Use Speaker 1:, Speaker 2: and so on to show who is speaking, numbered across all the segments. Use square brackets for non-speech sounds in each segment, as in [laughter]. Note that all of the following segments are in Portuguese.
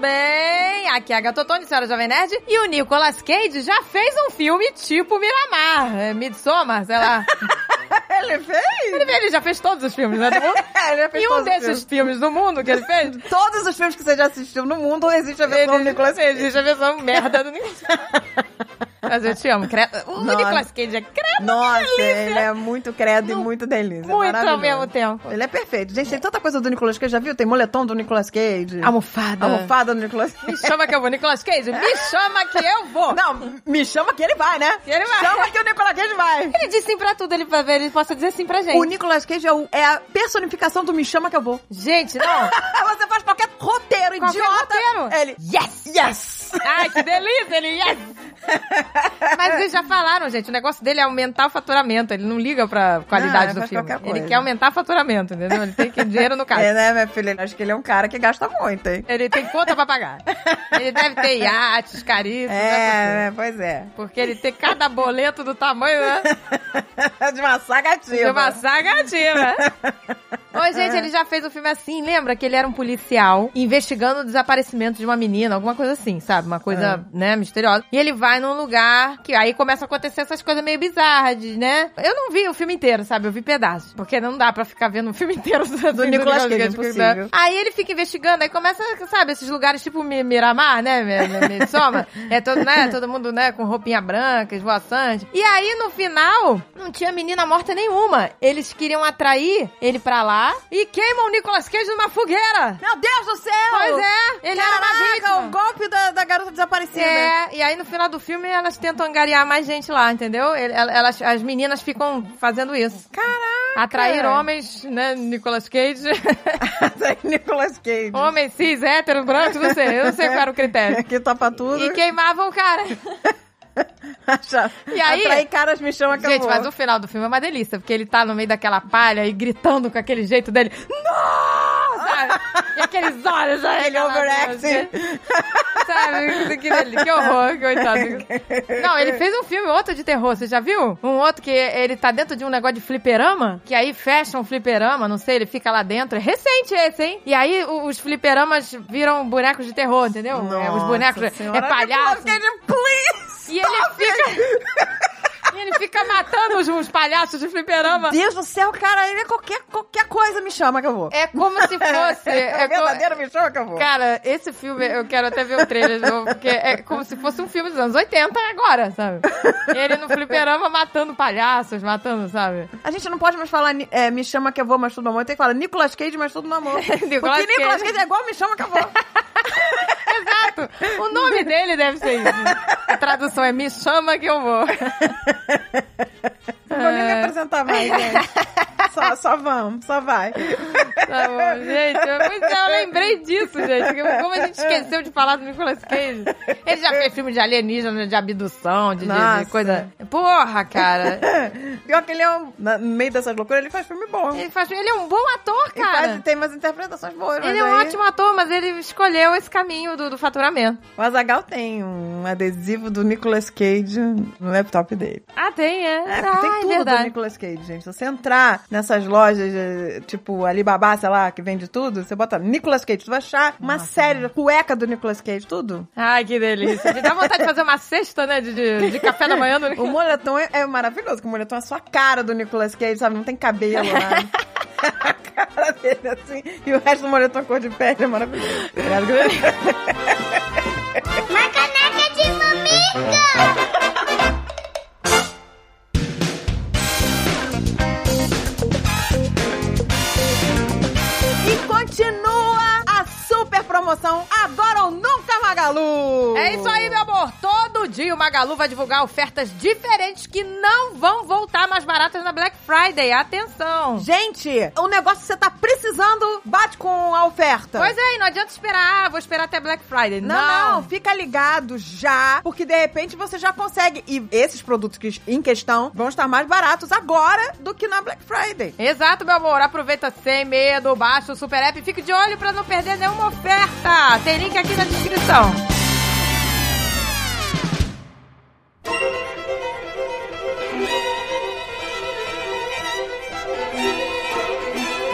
Speaker 1: bem? Aqui é a Gatotone, senhora Jovem Nerd. E o Nicolas Cage já fez um filme tipo Miramar. É, Midsommar, sei
Speaker 2: [laughs]
Speaker 1: lá.
Speaker 2: ele fez?
Speaker 1: Ele, ele já fez todos os filmes, né? Do mundo.
Speaker 2: Ele já fez
Speaker 1: e um
Speaker 2: todos os
Speaker 1: desses filmes. do mundo que ele
Speaker 2: [laughs]
Speaker 1: fez.
Speaker 2: Todos os filmes que você já assistiu no mundo existe a versão do Nicolas Cage.
Speaker 1: Existe a versão merda do Nicolas Mas eu te amo. Credo. O
Speaker 2: Nossa.
Speaker 1: Nicolas Cage é credo.
Speaker 2: Nossa, ele é muito credo e muito delícia.
Speaker 1: Muito ao
Speaker 2: maravilhoso.
Speaker 1: mesmo tempo.
Speaker 2: Ele é perfeito. Gente, tem tanta coisa do Nicolas Cage. Já viu? Tem moletom do Nicolas Cage.
Speaker 1: Almofada.
Speaker 2: é Almofada do Nicolas
Speaker 1: Me
Speaker 2: Cage.
Speaker 1: chama que eu vou. Nicolas Cage,
Speaker 2: [laughs]
Speaker 1: me chama que eu vou.
Speaker 2: Não, me chama que ele vai, né?
Speaker 1: Que ele vai.
Speaker 2: Chama que o Nicolas Cage vai.
Speaker 1: Ele diz sim pra tudo, ele, pra ver, ele possa dizer sim pra gente.
Speaker 2: O Nicolas Cage é, o- é a personificação do me chama que eu vou. [laughs]
Speaker 1: Gente, não.
Speaker 2: Você faz qualquer roteiro
Speaker 1: Qualquer
Speaker 2: idiota.
Speaker 1: roteiro.
Speaker 2: Ele, yes, yes.
Speaker 1: Ai, que delícia, ele
Speaker 2: [laughs]
Speaker 1: yes! Mas eles já falaram, gente, o negócio dele é aumentar o faturamento, ele não liga pra qualidade
Speaker 2: Ah,
Speaker 1: do
Speaker 2: faz
Speaker 1: filme.
Speaker 2: qualquer
Speaker 1: Ele
Speaker 2: coisa.
Speaker 1: quer aumentar o faturamento, entendeu? Ele tem que dinheiro no caixa.
Speaker 2: [laughs] É, né, minha filha? Acho que ele é um cara que gasta muito, hein?
Speaker 1: Ele tem conta pra pagar. Ele deve ter iates, caríssimos, né?
Speaker 2: É, né, pois é.
Speaker 1: Porque ele tem cada boleto do tamanho, né?
Speaker 2: é. [laughs] de uma né? saga ativa.
Speaker 1: De uma saga ativa. [laughs] Oi, gente, ele já fez um filme assim, lembra? Que ele era um policial investigando o desaparecimento de uma menina, alguma coisa assim, sabe? Uma coisa,
Speaker 2: É.
Speaker 1: né, misteriosa. E ele vai num lugar que aí começa a acontecer essas coisas meio bizarras, de, né? Eu não vi o filme inteiro, sabe? Eu vi pedaços. Porque não dá pra ficar vendo o filme inteiro [laughs] do, né?
Speaker 2: Nicolas Cage, é impossível.
Speaker 1: Aí ele fica investigando, aí começa, sabe, esses lugares tipo Mi- Miramar, né? Mi- Mi-
Speaker 2: [laughs]
Speaker 1: Midsommar. é todo, né? Todo mundo, né, com roupinha branca, esvoaçante. E aí, no final, não tinha menina morta nenhuma. Eles queriam atrair ele pra lá e queimam o Nicolas Cage numa fogueira.
Speaker 2: Meu Deus do céu!
Speaker 1: Pois é, ele era
Speaker 2: Caraca,
Speaker 1: uma
Speaker 2: o
Speaker 1: vítima.
Speaker 2: golpe né? da, da garota desaparecida.
Speaker 1: É, e aí no final do filme elas tentam angariar mais gente lá, entendeu? Ele- el- Elas, as meninas ficam fazendo isso.
Speaker 2: [laughs] Caraca!
Speaker 1: Atrair homens, né, Nicolas Cage. [laughs]
Speaker 2: Nicolas Cage.
Speaker 1: homens cis, héteros, brancos, não sei. Eu não sei qual era o critério.
Speaker 2: Que topa tudo.
Speaker 1: E queimavam o cara.
Speaker 2: [laughs] Acha-
Speaker 1: E aí-
Speaker 2: Atrair caras me chama acabou.
Speaker 1: Gente, mas o final do filme é uma delícia, porque ele tá no meio daquela palha e gritando com aquele jeito dele. Nossa! E aqueles olhos aí.
Speaker 2: Ele é
Speaker 1: aquela-
Speaker 2: overacting.
Speaker 1: Sabe? Que, deli- que horror, coitado. Não, ele fez um filme, outro de terror, você já viu? Um outro que ele tá dentro de um negócio de fliperama, que aí fecha um fliperama, não sei, ele fica lá dentro. É recente esse, hein? E aí o- os fliperamas viram bonecos de terror, entendeu? é, os
Speaker 2: Nossa
Speaker 1: bonecos.
Speaker 2: Senhora,
Speaker 1: é palhaço.
Speaker 2: Nicolas Cage, please!
Speaker 1: E ele fica. e ele fica matando os, os palhaços de fliperama.
Speaker 2: Deus do céu, cara, ele é qualquer, qualquer coisa me chama acabou.
Speaker 1: É como se fosse.
Speaker 2: [laughs] É,
Speaker 1: é
Speaker 2: o
Speaker 1: co-
Speaker 2: verdadeiro me chama acabou.
Speaker 1: Cara, esse filme, eu quero até ver o trailer de novo, porque é como se fosse um filme dos anos 80 agora, sabe? Ele no fliperama matando palhaços, matando, sabe?
Speaker 2: A gente não pode mais falar ni- é, me chama que eu vou, mas tudo no amor. Tem que falar Nicolas Cage, mas tudo
Speaker 1: [laughs]
Speaker 2: no amor. Porque
Speaker 1: Nicolas
Speaker 2: Nicolas
Speaker 1: Cage.
Speaker 2: Cage é igual me chama que eu vou.
Speaker 1: Exato! O nome dele deve ser isso. A tradução é Me Chama Que Eu Vou.
Speaker 2: Não vou nem me apresentar [laughs] mais, gente. Só, só vamos, só vai.
Speaker 1: Tá bom, gente. Eu, pois é, eu lembrei disso, gente. que- Como a gente esqueceu de falar do Nicolas Cage. Ele já fez filme de alienígena, de abdução, de, de- de
Speaker 2: Nossa.
Speaker 1: coisa. Porra, cara.
Speaker 2: Pior que ele é um. na- No meio dessas loucuras, ele faz filme bom.
Speaker 1: Ele, faz, ele é um bom ator,
Speaker 2: E faz-
Speaker 1: cara.
Speaker 2: tem umas interpretações boas.
Speaker 1: Ele
Speaker 2: mas
Speaker 1: é um
Speaker 2: aí-
Speaker 1: ótimo ator, mas ele escolheu esse caminho do, do faturamento.
Speaker 2: O Azagal tem um adesivo do Nicolas Cage no laptop dele.
Speaker 1: Ah, tem, é.
Speaker 2: É,
Speaker 1: ah,
Speaker 2: porque tem
Speaker 1: é
Speaker 2: tudo do
Speaker 1: verdade.
Speaker 2: Nicolas Cage, gente. Se você entrar nessas lojas, eh, tipo Alibaba, sei lá, que vende tudo, você bota Nicolas Cage, tu vai achar uma
Speaker 1: né?
Speaker 2: série de cueca do Nicolas Cage, tudo.
Speaker 1: Ai, que delícia. Me dá vontade de fazer uma cesta, né? De, de, de café da manhã.
Speaker 2: [laughs]
Speaker 1: No...
Speaker 2: O moletom é, é maravilhoso, porque o moletom é só a cara do Nicolas Cage, sabe? Não tem cabelo lá.
Speaker 3: [laughs]
Speaker 2: a cara dele, assim. E o resto do moletom cor de pele é maravilhoso.
Speaker 3: Uma caneca de mamica!
Speaker 2: E continua a super promoção Agora ou Nunca Magalu!
Speaker 1: [laughs] É isso aí, meu amor. Todo dia o Magalu vai divulgar ofertas diferentes que não vão voltar mais baratas na Black Friday. Atenção!
Speaker 2: Gente, o negócio que você tá precisando bate com a oferta.
Speaker 1: Pois é, e não adianta esperar. Ah, vou esperar até Black Friday.
Speaker 2: Não, não, fica ligado já, porque de repente você já consegue. E esses produtos que em questão vão estar mais baratos agora do que na Black Friday.
Speaker 1: Exato, meu amor. Aproveita sem medo, baixa o Super App e fique de olho pra não perder nenhuma oferta. Tem link aqui na descrição.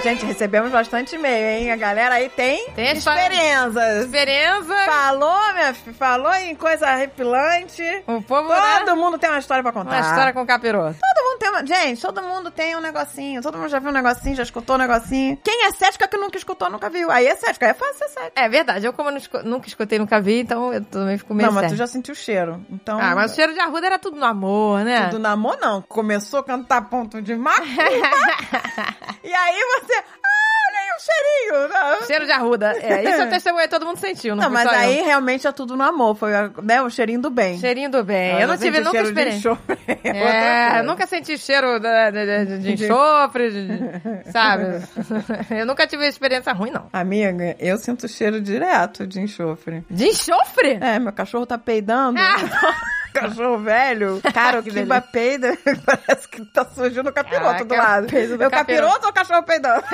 Speaker 2: Gente, recebemos bastante e-mail, hein? A galera aí tem,
Speaker 1: Tem as pa-
Speaker 2: experiências.
Speaker 1: Diferença.
Speaker 2: Falou, minha filha, falou em coisa arrepilante.
Speaker 1: O povo, né?
Speaker 2: Todo mundo tem uma história pra contar.
Speaker 1: Uma história com capiroto.
Speaker 2: Todo mundo tem uma... Gente, todo mundo tem um negocinho. Todo mundo já viu um negocinho, já escutou um negocinho. Quem é cética que nunca escutou, nunca viu. Aí é cética, aí é fácil ser cética.
Speaker 1: É verdade, eu como eu não esco- nunca escutei, nunca vi, então eu também fico meio
Speaker 2: não, mas tu
Speaker 1: cética.
Speaker 2: já sentiu o cheiro. Então...
Speaker 1: Ah, mas o cheiro de arruda era tudo no amor, né?
Speaker 2: Do namor, não. Começou a cantar ponto de macumba.
Speaker 1: [laughs]
Speaker 2: e aí você... Ah, olha aí o cheirinho. Não,
Speaker 1: Cheiro de arruda. É, isso
Speaker 2: [laughs]
Speaker 1: eu testemunhei, todo mundo sentiu, não, foi
Speaker 2: Não, mas
Speaker 1: só
Speaker 2: aí
Speaker 1: eu.
Speaker 2: realmente é tudo no amor. Foi né, o cheirinho do bem.
Speaker 1: Cheirinho do bem. eu não tive
Speaker 2: senti
Speaker 1: nunca
Speaker 2: cheiro de
Speaker 1: experiência.
Speaker 2: enxofre, é outra
Speaker 1: É,
Speaker 2: coisa.
Speaker 1: eu nunca senti cheiro da- de, de- de enxofre, de- de-
Speaker 2: [laughs]
Speaker 1: sabe? Eu nunca tive experiência ruim, não.
Speaker 2: Amiga, eu sinto cheiro direto de enxofre.
Speaker 1: De enxofre?
Speaker 2: É, meu cachorro tá peidando. [laughs] Cachorro velho, cara, o
Speaker 1: Ah! Que
Speaker 2: Kiba peida, [laughs] parece que tá surgindo o capiroto
Speaker 1: Caraca,
Speaker 2: do lado.
Speaker 1: peido do
Speaker 2: É o
Speaker 1: capiroto.
Speaker 2: capiroto ou o
Speaker 1: [laughs]
Speaker 2: cachorro peidando?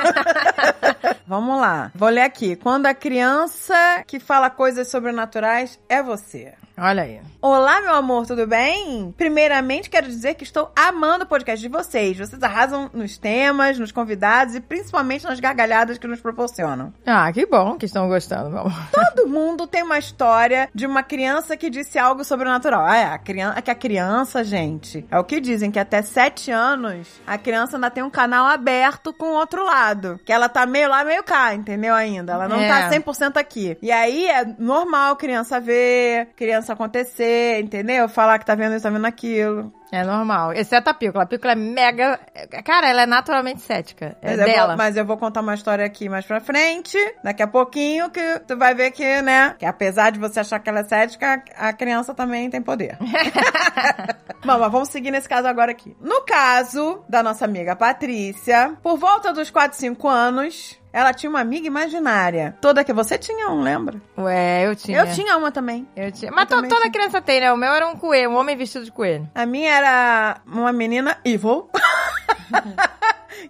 Speaker 2: Vamos lá, vou ler aqui. Quando a criança que fala coisas sobrenaturais é você.
Speaker 1: Olha aí.
Speaker 2: Olá, meu amor, tudo bem? Primeiramente, quero dizer que estou amando o podcast de vocês. Vocês arrasam nos temas, nos convidados e principalmente nas gargalhadas que nos proporcionam.
Speaker 1: Ah, que bom que estão gostando, meu amor.
Speaker 2: Todo mundo tem uma história de uma criança que disse algo sobrenatural. Ah, é, a criança, que a criança, gente, é o que dizem, que até sete anos a criança ainda tem um canal aberto com o outro lado. Que ela tá meio lá, meio cá, entendeu ainda? Ela não
Speaker 1: É.
Speaker 2: tá 100% aqui. E aí é normal criança ver, criança acontecer, entendeu? Falar que tá vendo isso, tá vendo aquilo.
Speaker 1: É normal. Exceto a pícola. A pícola é mega. Cara, ela é naturalmente cética. É
Speaker 2: Mas, eu
Speaker 1: dela.
Speaker 2: vou, mas eu vou contar uma história aqui mais pra frente, daqui a pouquinho, que tu vai ver que, né, que apesar de você achar que ela é cética, a a criança também
Speaker 1: [laughs]
Speaker 2: tem poder. [laughs] Bom, mas vamos seguir nesse caso agora aqui. No caso da nossa amiga Patrícia, por volta dos 4, 5 anos, ela tinha uma amiga imaginária. Toda que você tinha um, lembra?
Speaker 1: Ué, eu tinha.
Speaker 2: Eu tinha uma também.
Speaker 1: Eu tinha. Mas
Speaker 2: Eu
Speaker 1: to-
Speaker 2: também
Speaker 1: toda
Speaker 2: tinha.
Speaker 1: criança tem, né? O meu era um coelho, um homem vestido de coelho.
Speaker 2: A minha era uma menina evil. [laughs]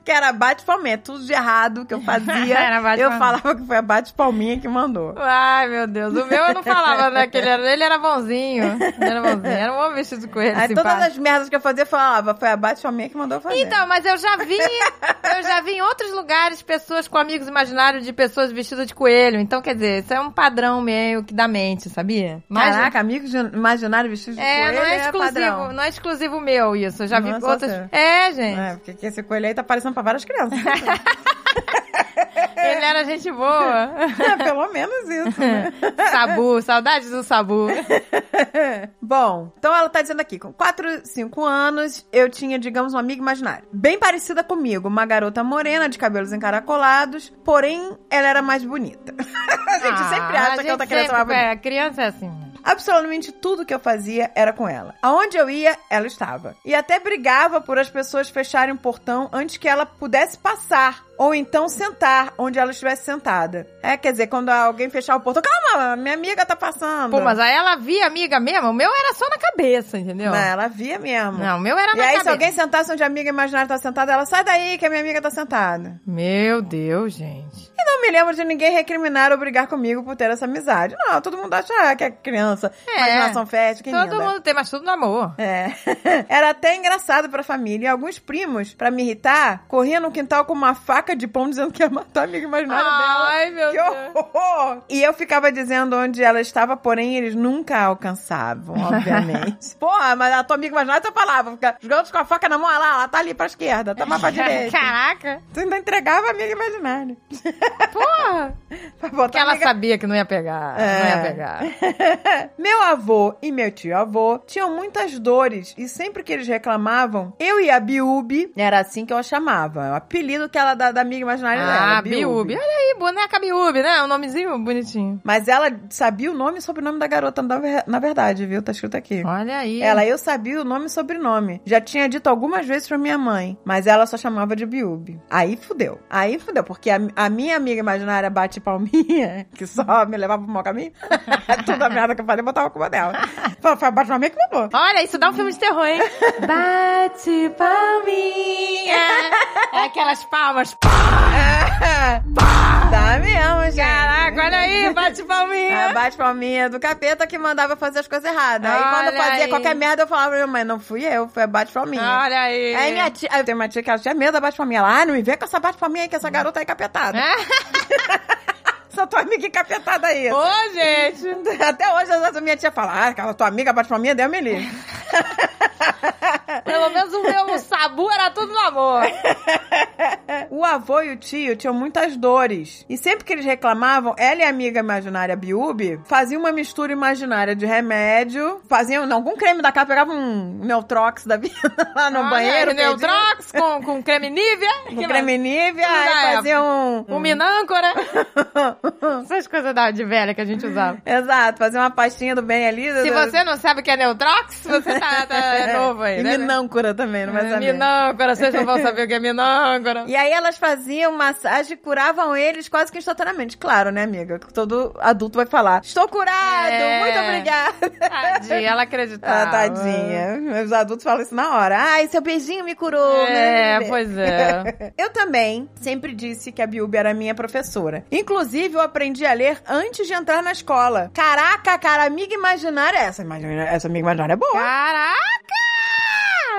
Speaker 2: que era bate-palminha. Tudo de errado que eu fazia.
Speaker 1: [laughs] Era
Speaker 2: eu
Speaker 1: bate-palminha.
Speaker 2: falava que foi a bate-palminha que mandou.
Speaker 1: Ai, meu Deus. O meu eu não falava, né? Que ele era, ele era bonzinho. Ele era bonzinho. Era um homem vestido de coelho.
Speaker 2: Aí todas
Speaker 1: simpático.
Speaker 2: as merdas que eu fazia, eu falava, foi a bate-palminha que mandou eu fazer.
Speaker 1: Então, mas eu já vi, eu já vi em outros lugares pessoas com amigos imaginários de pessoas vestidas de coelho. Então, quer dizer, isso é um padrão meio que da mente, sabia? Mas-
Speaker 2: Caraca, amigos de imaginário vestidos de
Speaker 1: é,
Speaker 2: coelho
Speaker 1: não é
Speaker 2: padrão.
Speaker 1: exclusivo, não é exclusivo meu isso. Eu já
Speaker 2: Não
Speaker 1: vi
Speaker 2: é só
Speaker 1: outras.
Speaker 2: seu.
Speaker 1: É, gente.
Speaker 2: É, porque que esse coelho aí tá parecendo pra várias crianças. [laughs]
Speaker 1: Ele era gente boa.
Speaker 2: [laughs] É, Pelo menos isso, né?
Speaker 1: Sabu, saudades do Sabu.
Speaker 2: Bom, então ela tá dizendo aqui, com 4, 5 anos, eu tinha, digamos, uma amiga imaginária. Bem parecida comigo, uma garota morena, de cabelos encaracolados, porém, ela era mais bonita. a gente sempre
Speaker 1: Ah,
Speaker 2: acha que outra criança é mais bonita.
Speaker 1: É, criança é assim.
Speaker 2: Absolutamente tudo que eu fazia era com ela. Aonde eu ia, ela estava. E até brigava por as pessoas fecharem o portão antes que ela pudesse passar. Ou então sentar onde ela estivesse sentada. É, quer dizer, quando alguém fechar o portão, calma, minha amiga tá passando.
Speaker 1: Pô, mas aí ela via amiga mesmo, o meu era só na cabeça, entendeu?
Speaker 2: Não, ela via mesmo.
Speaker 1: Não, o meu era
Speaker 2: E
Speaker 1: na
Speaker 2: aí,
Speaker 1: cabeça.
Speaker 2: se alguém sentasse onde a amiga imaginária tá sentada, ela sai daí que a minha amiga tá sentada.
Speaker 1: Meu Deus, gente.
Speaker 2: E não me lembro de ninguém recriminar ou brigar comigo por ter essa amizade. Não, todo mundo acha ah, que é criança,
Speaker 1: É.
Speaker 2: imaginação fértil, que
Speaker 1: Todo
Speaker 2: linda.
Speaker 1: mundo tem, mas tudo no amor.
Speaker 2: É. [laughs] Era até engraçado pra família. E alguns primos, pra me irritar, corriam no quintal com uma faca de pão dizendo que ia matar a amiga imaginária
Speaker 1: Ah,
Speaker 2: dela.
Speaker 1: Ai, meu
Speaker 2: Que
Speaker 1: Deus.
Speaker 2: horror! E eu ficava dizendo onde ela estava, porém eles nunca a alcançavam,
Speaker 1: [laughs]
Speaker 2: obviamente. Porra, mas a tua amiga imaginária tu falava, fica jogando com a faca na mão, olha lá, ela tá ali pra esquerda, tá
Speaker 1: [laughs]
Speaker 2: mais pra direita.
Speaker 1: É, Caraca.
Speaker 2: Tu ainda entregava a amiga imaginária.
Speaker 1: Porra.
Speaker 2: Pra botar
Speaker 1: Porque
Speaker 2: a
Speaker 1: ela
Speaker 2: amiga-
Speaker 1: sabia que não ia pegar. Não ia
Speaker 2: É.
Speaker 1: pegar.
Speaker 2: Meu avô e meu tio-avô tinham muitas dores e sempre que eles reclamavam, eu e a Biúbi, era assim que eu a chamava, o apelido que ela da, da amiga imaginária dela,
Speaker 1: Ah, Biúbi. Olha aí, boneca Biúbi, né? Um nomezinho bonitinho.
Speaker 2: Mas ela sabia o nome e sobrenome da garota, na ver- na verdade, viu? Tá escrito aqui.
Speaker 1: Olha aí.
Speaker 2: Ela, eu sabia o nome e sobrenome. Já tinha dito algumas vezes pra minha mãe, mas ela só chamava de Biúbi. Aí fudeu. Aí fudeu, porque a, a minha amiga imaginária bate palminha, [laughs] que só me levava pro mau caminho, [laughs] toda a merda que eu falei, eu botava a culpa dela. Falou, foi a bate palminha que mandou.
Speaker 1: Olha, isso dá um filme de terror, hein? Bate palminha. É aquelas palmas.
Speaker 2: [laughs] Tá mesmo, gente.
Speaker 1: Caraca, olha aí, bate palminha.
Speaker 2: A bate-palminha do capeta que mandava fazer as coisas erradas. Aí quando
Speaker 1: Olha
Speaker 2: fazia
Speaker 1: aí.
Speaker 2: qualquer merda, eu falava pra minha mãe, não fui eu, foi a bate-palminha.
Speaker 1: Olha aí.
Speaker 2: Aí É minha tia, aí tem uma tia que ela tinha medo da bate-palminha. Ela, ah, não me vê com essa bate-palminha aí, que essa
Speaker 1: Hum.
Speaker 2: garota é encapetada. [laughs] Essa tua amiga encapetada aí.
Speaker 1: Ô, gente.
Speaker 2: Até hoje a minha tia fala, ah, aquela tua amiga bate-palminha, deu me
Speaker 1: [laughs]
Speaker 2: livre.
Speaker 1: Pelo menos o meu sabu era tudo no amor. É.
Speaker 2: O avô e o tio tinham muitas dores. E sempre que eles reclamavam, ela e a amiga imaginária Biúbi faziam uma mistura imaginária de remédio. Faziam, não, com creme da cara, pegavam um Neutrox da vida [laughs] lá no
Speaker 1: Olha
Speaker 2: banheiro.
Speaker 1: aí,
Speaker 2: pediam
Speaker 1: Neutrox com, com creme Nivea.
Speaker 2: Com creme Nivea, aí
Speaker 1: Da Hum.
Speaker 2: faziam um,
Speaker 1: O Um minâncora. Essas coisas da de velha que a gente usava.
Speaker 2: [laughs] Exato, fazer uma pastinha do bem ali.
Speaker 1: Se você não sabe o que é Neutrox, você tá, tá- [laughs] é novo aí,
Speaker 2: E
Speaker 1: né?
Speaker 2: minâncora também, não vai saber.
Speaker 1: Minâncora, vocês não vão [laughs] saber o que é minâncora.
Speaker 2: E aí elas faziam massagem, curavam eles quase que instantaneamente. Claro, né, amiga? Todo adulto vai falar, estou curado,
Speaker 1: É. [laughs]
Speaker 2: muito obrigada.
Speaker 1: Tadinha, ela acreditava.
Speaker 2: Ah, tadinha. Os adultos falam isso na hora. Ai, seu beijinho me curou, né?
Speaker 1: É, pois é. [laughs]
Speaker 2: Eu também sempre disse que a Bilby era minha professora. Inclusive, eu aprendi a ler antes de entrar na escola. Caraca, cara, amiga imaginária. é Essa, imagina- essa amiga imaginária é boa.
Speaker 1: Caraca!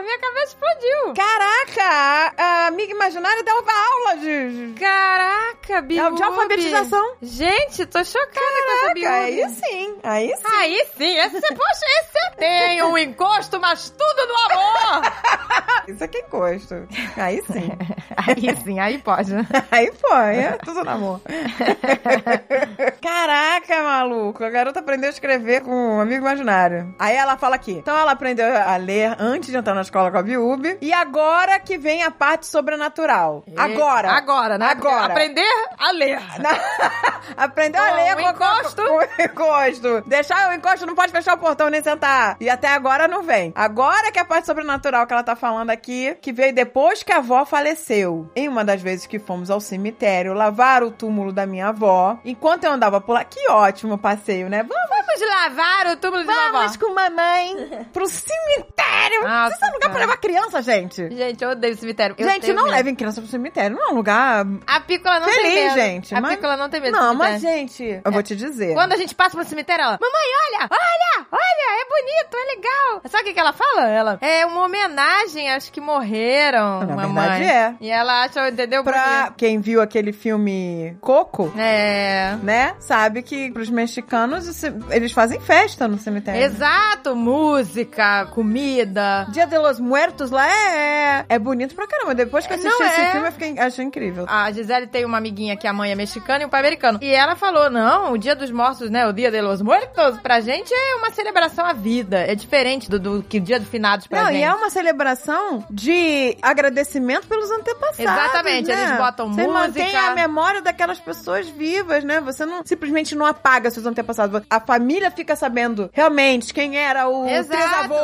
Speaker 1: Minha cabeça explodiu.
Speaker 2: Caraca, a amiga imaginária dava aula de. de-
Speaker 1: Caraca, Biúbi.
Speaker 2: de alfabetização.
Speaker 1: Gente, tô chocada com essa Biúbi.
Speaker 2: Caraca, aí sim, aí sim.
Speaker 1: Aí sim, esse, poxa, esse você tem um encosto, mas tudo no amor.
Speaker 2: Isso aqui é encosto. Aí sim.
Speaker 1: [laughs]
Speaker 2: [laughs]
Speaker 1: Aí sim, aí pode. né?
Speaker 2: Aí foi, é tudo no amor. Caraca, maluco, a garota aprendeu a escrever com um amigo imaginário. Aí ela fala aqui. Então ela aprendeu a ler antes de entrar na escola com a Biúbe. E agora que vem a parte sobrenatural. Agora.
Speaker 1: É. Agora, né?
Speaker 2: Agora.
Speaker 1: Aprender a ler.
Speaker 2: Aprendeu a
Speaker 1: Com
Speaker 2: ler
Speaker 1: o encosto.
Speaker 2: Com, com o encosto. Deixar o encosto, não pode fechar o portão nem sentar. E até agora não vem. Agora que é a parte sobrenatural que ela tá falando aqui, que veio depois que a avó faleceu. Em uma das vezes que fomos ao cemitério lavar o túmulo da minha avó, enquanto eu andava por lá, que ótimo passeio, né? Vamos,
Speaker 1: Vamos lavar o túmulo de
Speaker 2: vamos
Speaker 1: vovó. [laughs]
Speaker 2: com mamãe pro cemitério.
Speaker 1: Nossa,
Speaker 2: Isso é um lugar pra
Speaker 1: cara.
Speaker 2: levar criança, gente.
Speaker 1: Gente, eu odeio cemitério. Ah, tá. Eu
Speaker 2: gente,
Speaker 1: tenho
Speaker 2: não
Speaker 1: medo.
Speaker 2: levem criança pro cemitério. Não é um lugar
Speaker 1: A pícola não tem
Speaker 2: feliz,
Speaker 1: medo.
Speaker 2: gente.
Speaker 1: A
Speaker 2: mas-
Speaker 1: pícola não tem medo.
Speaker 2: Não,
Speaker 1: do
Speaker 2: mas, é.
Speaker 1: cemitério.
Speaker 2: gente, eu vou te dizer.
Speaker 1: É. Quando a gente passa pro cemitério, ela... Mamãe, olha! Olha! Olha! É bonito, é legal. Sabe o que, que ela fala? Ela... É uma homenagem aos que morreram,
Speaker 2: Na
Speaker 1: mamãe.
Speaker 2: verdade, é.
Speaker 1: E ela acha, entendeu?
Speaker 2: Pra quem viu aquele filme Coco,
Speaker 1: bonito. É...
Speaker 2: né? Sabe que pros mexicanos o ce- eles fazem festa no cemitério.
Speaker 1: Exato, música, comida.
Speaker 2: Dia de los Muertos lá é, é, é bonito pra caramba. Depois que eu assisti
Speaker 1: Não,
Speaker 2: esse
Speaker 1: é.
Speaker 2: filme, eu fiquei, achei incrível.
Speaker 1: A Gisele tem uma amiguinha que a mãe é mexicana e o pai é americano. E ela falou: não, o dia dos mortos, né? O dia de los muertos, pra gente é uma celebração à vida. É diferente do, do que o dia dos finados pra
Speaker 2: Não,
Speaker 1: gente.
Speaker 2: e é uma celebração de agradecimento pelos antepassados.
Speaker 1: Exatamente,
Speaker 2: né?
Speaker 1: eles botam
Speaker 2: Você mantém
Speaker 1: música.
Speaker 2: a memória daquelas pessoas vivas, né? Você não simplesmente não apaga seus antepassados. A família fica sabendo realmente quem era o
Speaker 1: Exato.
Speaker 2: bisavô,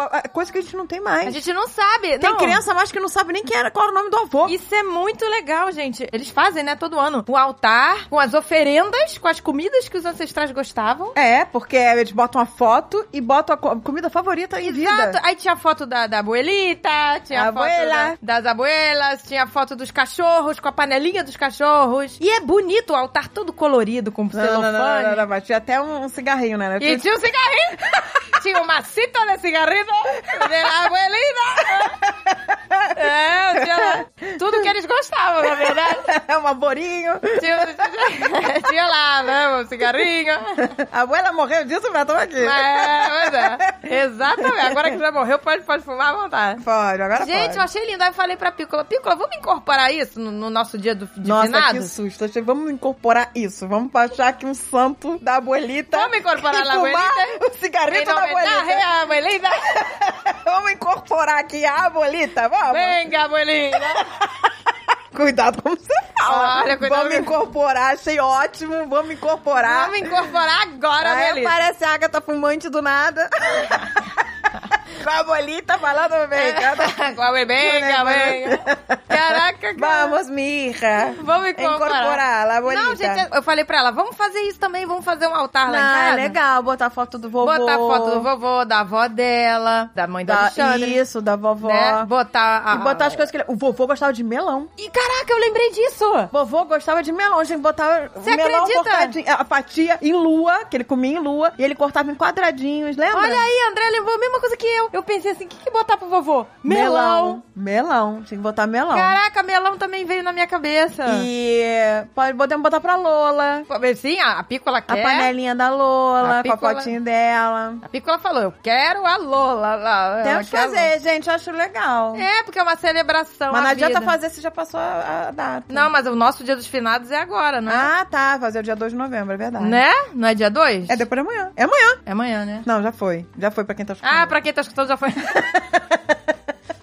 Speaker 2: a- a- coisa que a gente não tem mais.
Speaker 1: A gente não sabe.
Speaker 2: Tem
Speaker 1: não.
Speaker 2: criança mais que não sabe nem quem era, qual era o nome do avô.
Speaker 1: Isso é muito legal, gente. Eles fazem, né, todo ano. O altar, com as oferendas, com as comidas que os ancestrais gostavam.
Speaker 2: É, porque eles botam a foto e botam a co- comida favorita em
Speaker 1: Exato.
Speaker 2: vida.
Speaker 1: Aí tinha foto da, da abuelita, tinha a foto
Speaker 2: Abuela.
Speaker 1: da- das abuelas, tinha foto dos cachorros, com a panelinha dos cachorros. E é bonito o altar todo colorido, com
Speaker 2: Não, não, não, não, não,
Speaker 1: celofane.
Speaker 2: não, mas tinha até um cigarrinho, né?
Speaker 1: E tinha um cigarrinho. [laughs] tinha uma cita de cigarrinho da abuelita. É, tinha tudo que eles gostavam, na verdade.
Speaker 2: [laughs] um aborinho.
Speaker 1: Tinha, tinha- tinha lá, né, um cigarrinho.
Speaker 2: A abuela morreu disso, mas tamo aqui.
Speaker 1: É, pois é. Exatamente. Agora que já morreu, pode, pode fumar à vontade.
Speaker 2: Pode, agora
Speaker 1: Gente,
Speaker 2: pode.
Speaker 1: eu achei lindo. Aí eu falei pra Pícola, Pícola, vamos incorporar isso no, no nosso dia do, de
Speaker 2: Nossa, que
Speaker 1: finados?
Speaker 2: susto. Achei- Vamos incorporar isso. Vamos baixar aqui um santo da abuelita.
Speaker 1: Vamos incorporar
Speaker 2: e
Speaker 1: na
Speaker 2: fumar
Speaker 1: abuelita?
Speaker 2: O cigarrito da abuelita.
Speaker 1: a abuelita,
Speaker 2: [laughs] Vamos incorporar aqui a abuelita, vamos?
Speaker 1: venga, abuelita.
Speaker 2: Cuidado como você fala.
Speaker 1: Olha, cuidado
Speaker 2: Vamos
Speaker 1: com-
Speaker 2: incorporar, achei ótimo. Vamos incorporar.
Speaker 1: Vamos incorporar agora,
Speaker 2: Aí
Speaker 1: abuelita. [laughs]
Speaker 2: aparece a Agatha fumante do nada. Com a bolita falando
Speaker 1: É.
Speaker 2: tá." bem.
Speaker 1: [laughs]
Speaker 2: cara.
Speaker 1: Come bem, come bem. Caraca, cara.
Speaker 2: [laughs] Vamos, Mirra. É
Speaker 1: Vamos incorporar.
Speaker 2: Incorporá-la, bonita.
Speaker 1: Não, gente, é, eu falei pra ela, vamos fazer isso também, vamos fazer um altar lá em
Speaker 2: Não, é
Speaker 1: casa.
Speaker 2: legal botar foto do vovô.
Speaker 1: Botar foto do vovô, da avó dela, da mãe do
Speaker 2: Da,
Speaker 1: Alexandre.
Speaker 2: isso, da vovó.
Speaker 1: Né? Botar a...
Speaker 2: E botar as coisas que ele... O vovô gostava de melão.
Speaker 1: Ih, caraca, eu lembrei disso!
Speaker 2: Vovô gostava de melão, a gente botava
Speaker 1: Você
Speaker 2: melão
Speaker 1: acredita?
Speaker 2: cortadinho, a fatia em lua, que ele comia em lua, e ele cortava em quadradinhos, lembra?
Speaker 1: Olha aí, André lembrou a mesma coisa que eu. Eu pensei assim, o que, que botar pro vovô?
Speaker 2: melão. Melão, tinha que botar melão.
Speaker 1: Caraca, melão também veio na minha cabeça.
Speaker 2: E pode, podemos botar pra Lola,
Speaker 1: Sim, a, a Pícola
Speaker 2: a
Speaker 1: quer...
Speaker 2: panelinha da Lola,
Speaker 1: É? A
Speaker 2: com a
Speaker 1: pícola.
Speaker 2: fotinho dela.
Speaker 1: A Pícola falou, eu quero a Lola. lá, eu
Speaker 2: Temos que
Speaker 1: quero-
Speaker 2: fazer, gente, eu acho legal.
Speaker 1: É, porque é uma celebração
Speaker 2: Mas
Speaker 1: à
Speaker 2: não adianta
Speaker 1: vida.
Speaker 2: fazer se já passou a, a data.
Speaker 1: Não, mas o nosso dia dos finados é agora, né?
Speaker 2: Ah, tá, fazer o dia 2 de novembro, é verdade.
Speaker 1: Né? Não é dia 2?
Speaker 2: É depois de amanhã. É amanhã.
Speaker 1: É amanhã, né?
Speaker 2: Não, já foi. Já foi pra quem tá escutando.
Speaker 1: Ah, pra quem tá escutando
Speaker 2: [laughs]
Speaker 1: já foi.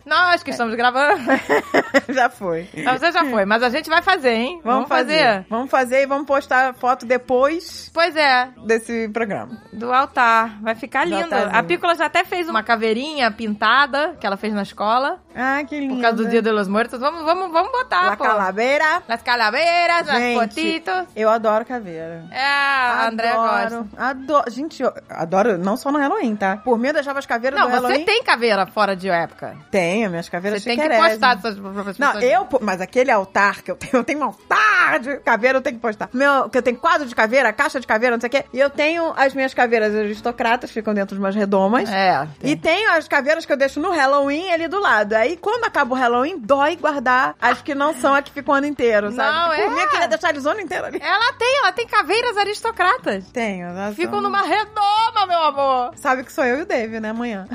Speaker 1: Nós que estamos gravando.
Speaker 2: [laughs] já foi.
Speaker 1: Não, Você já foi, mas a gente vai fazer, hein?
Speaker 2: Vamos, fazer. Vamos fazer e vamos postar foto depois
Speaker 1: Pois é,
Speaker 2: desse programa.
Speaker 1: do altar. Vai ficar
Speaker 2: Do né?
Speaker 1: lindo.
Speaker 2: altarzinho.
Speaker 1: A Pícola já até fez uma caveirinha pintada que ela fez na escola.
Speaker 2: Ah, que lindo.
Speaker 1: Por causa do Dia dos Mortos. Vamos, vamos, vamos botar,
Speaker 2: La
Speaker 1: pô.
Speaker 2: Calaveira.
Speaker 1: Las calaveras, las
Speaker 2: Gente,
Speaker 1: potitos.
Speaker 2: Eu adoro caveira.
Speaker 1: É, a André gosta.
Speaker 2: Adoro. Gente, eu adoro não só no Halloween, tá? Por mim eu deixava as caveiras
Speaker 1: Não,
Speaker 2: do
Speaker 1: você
Speaker 2: Halloween.
Speaker 1: tem caveira fora de época.
Speaker 2: Tenho, minhas caveiras
Speaker 1: Você tem que
Speaker 2: chiquérrimas.
Speaker 1: postar essas essas
Speaker 2: Não,
Speaker 1: pessoas.
Speaker 2: eu, po- mas aquele altar que eu tenho, eu tenho um altar de caveira, eu tenho que postar. Meu, que eu tenho quadro de caveira, caixa de caveira, não sei o quê. E eu tenho as minhas caveiras aristocratas, ficam dentro de umas redomas.
Speaker 1: É.
Speaker 2: E tem as caveiras que eu deixo no Halloween ali do lado. Aí, quando acaba o Halloween, dói guardar as que não são a que ficam o ano inteiro, sabe?
Speaker 1: Não,
Speaker 2: Porque Por
Speaker 1: é.
Speaker 2: mim, eu queria deixar eles o ano inteiro ali.
Speaker 1: Ela tem, ela tem caveiras aristocratas.
Speaker 2: Tenho, nossa.
Speaker 1: Ficam numa redoma, meu amor.
Speaker 2: Sabe que sou eu e o Dave, né, amanhã.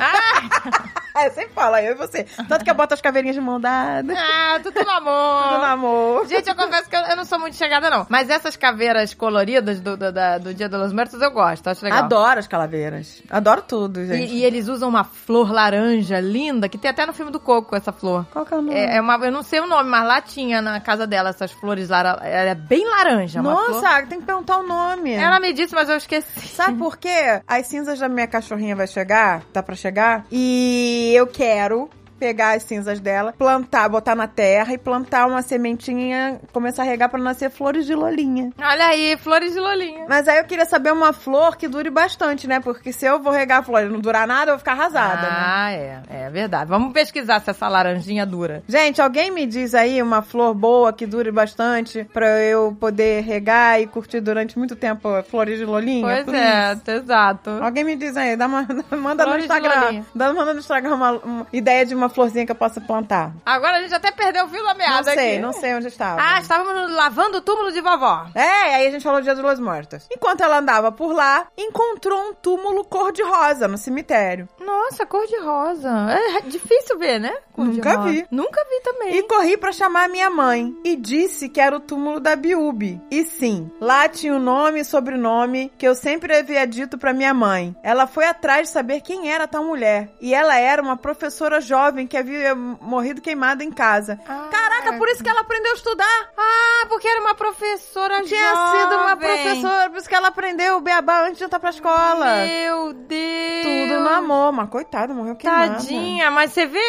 Speaker 1: Ah,
Speaker 2: [laughs] eu sempre falo, eu e você. Tanto que eu boto as caveirinhas de mão dada.
Speaker 1: ah, tudo no
Speaker 2: Tudo no
Speaker 1: amor.
Speaker 2: amor.
Speaker 1: Gente, eu confesso que eu, eu não sou muito chegada, não. Mas essas caveiras coloridas do, do, da- do Dia dos Mortos eu gosto, acho legal.
Speaker 2: Adoro as calaveiras. Adoro tudo, gente.
Speaker 1: E, e eles usam uma flor laranja linda, que tem até no filme do Coco essa flor.
Speaker 2: Qual que é o nome?
Speaker 1: É, é uma, eu não sei o nome, mas lá tinha na casa dela essas flores lara, Ela é bem laranja, uma flor.
Speaker 2: Nossa, é. tem que perguntar o nome.
Speaker 1: Ela me disse, mas eu esqueci.
Speaker 2: Sabe por quê? As cinzas da minha cachorrinha vai chegar, tá pra chegar, e eu quero pegar as cinzas dela, plantar, botar na terra e plantar uma sementinha, começar a regar pra nascer flores de lolinha.
Speaker 1: Olha aí, flores de lolinha.
Speaker 2: Mas aí eu queria saber uma flor que dure bastante, né? Porque se eu vou regar a flor e não durar nada, eu vou ficar arrasada, né?
Speaker 1: ah, é. É verdade. Vamos pesquisar se essa laranjinha dura.
Speaker 2: Gente, alguém me diz aí uma flor boa que dure bastante pra eu poder regar e curtir durante muito tempo flores de lolinha?
Speaker 1: Pois
Speaker 2: please?
Speaker 1: é, exato.
Speaker 2: Alguém me diz aí, dá uma- [laughs] manda
Speaker 1: Flores
Speaker 2: no
Speaker 1: de
Speaker 2: Instagram.
Speaker 1: lolinha.
Speaker 2: Dá, manda no Instagram uma, uma ideia de uma florzinha que eu possa plantar.
Speaker 1: Agora a gente até perdeu o fio da
Speaker 2: Não
Speaker 1: meada
Speaker 2: sei,
Speaker 1: aqui.
Speaker 2: não sei onde estava.
Speaker 1: Ah, estávamos lavando o túmulo de vovó.
Speaker 2: É, aí a gente falou Dia dos Los Mortos. Enquanto ela andava por lá, encontrou um túmulo cor-de-rosa no cemitério.
Speaker 1: Nossa, cor de rosa. É difícil ver, né? Cor de
Speaker 2: Nunca
Speaker 1: rosa.
Speaker 2: vi.
Speaker 1: Nunca vi também.
Speaker 2: E corri pra chamar minha mãe. E disse que era o túmulo da Biúbe. E sim, lá tinha o nome e sobrenome que eu sempre havia dito pra minha mãe. Ela foi atrás de saber quem era tal mulher. E ela era uma professora jovem que havia morrido queimada em casa.
Speaker 1: Ah.
Speaker 2: Caraca, por isso que ela aprendeu a estudar.
Speaker 1: Ah, porque era uma professora
Speaker 2: Tinha
Speaker 1: jovem.
Speaker 2: sido uma professora, por isso que ela aprendeu o beabá antes de entrar pra escola.
Speaker 1: Meu Deus.
Speaker 2: Tudo no amor, mas coitada, morreu queimada.
Speaker 1: Tadinha, mas você vê,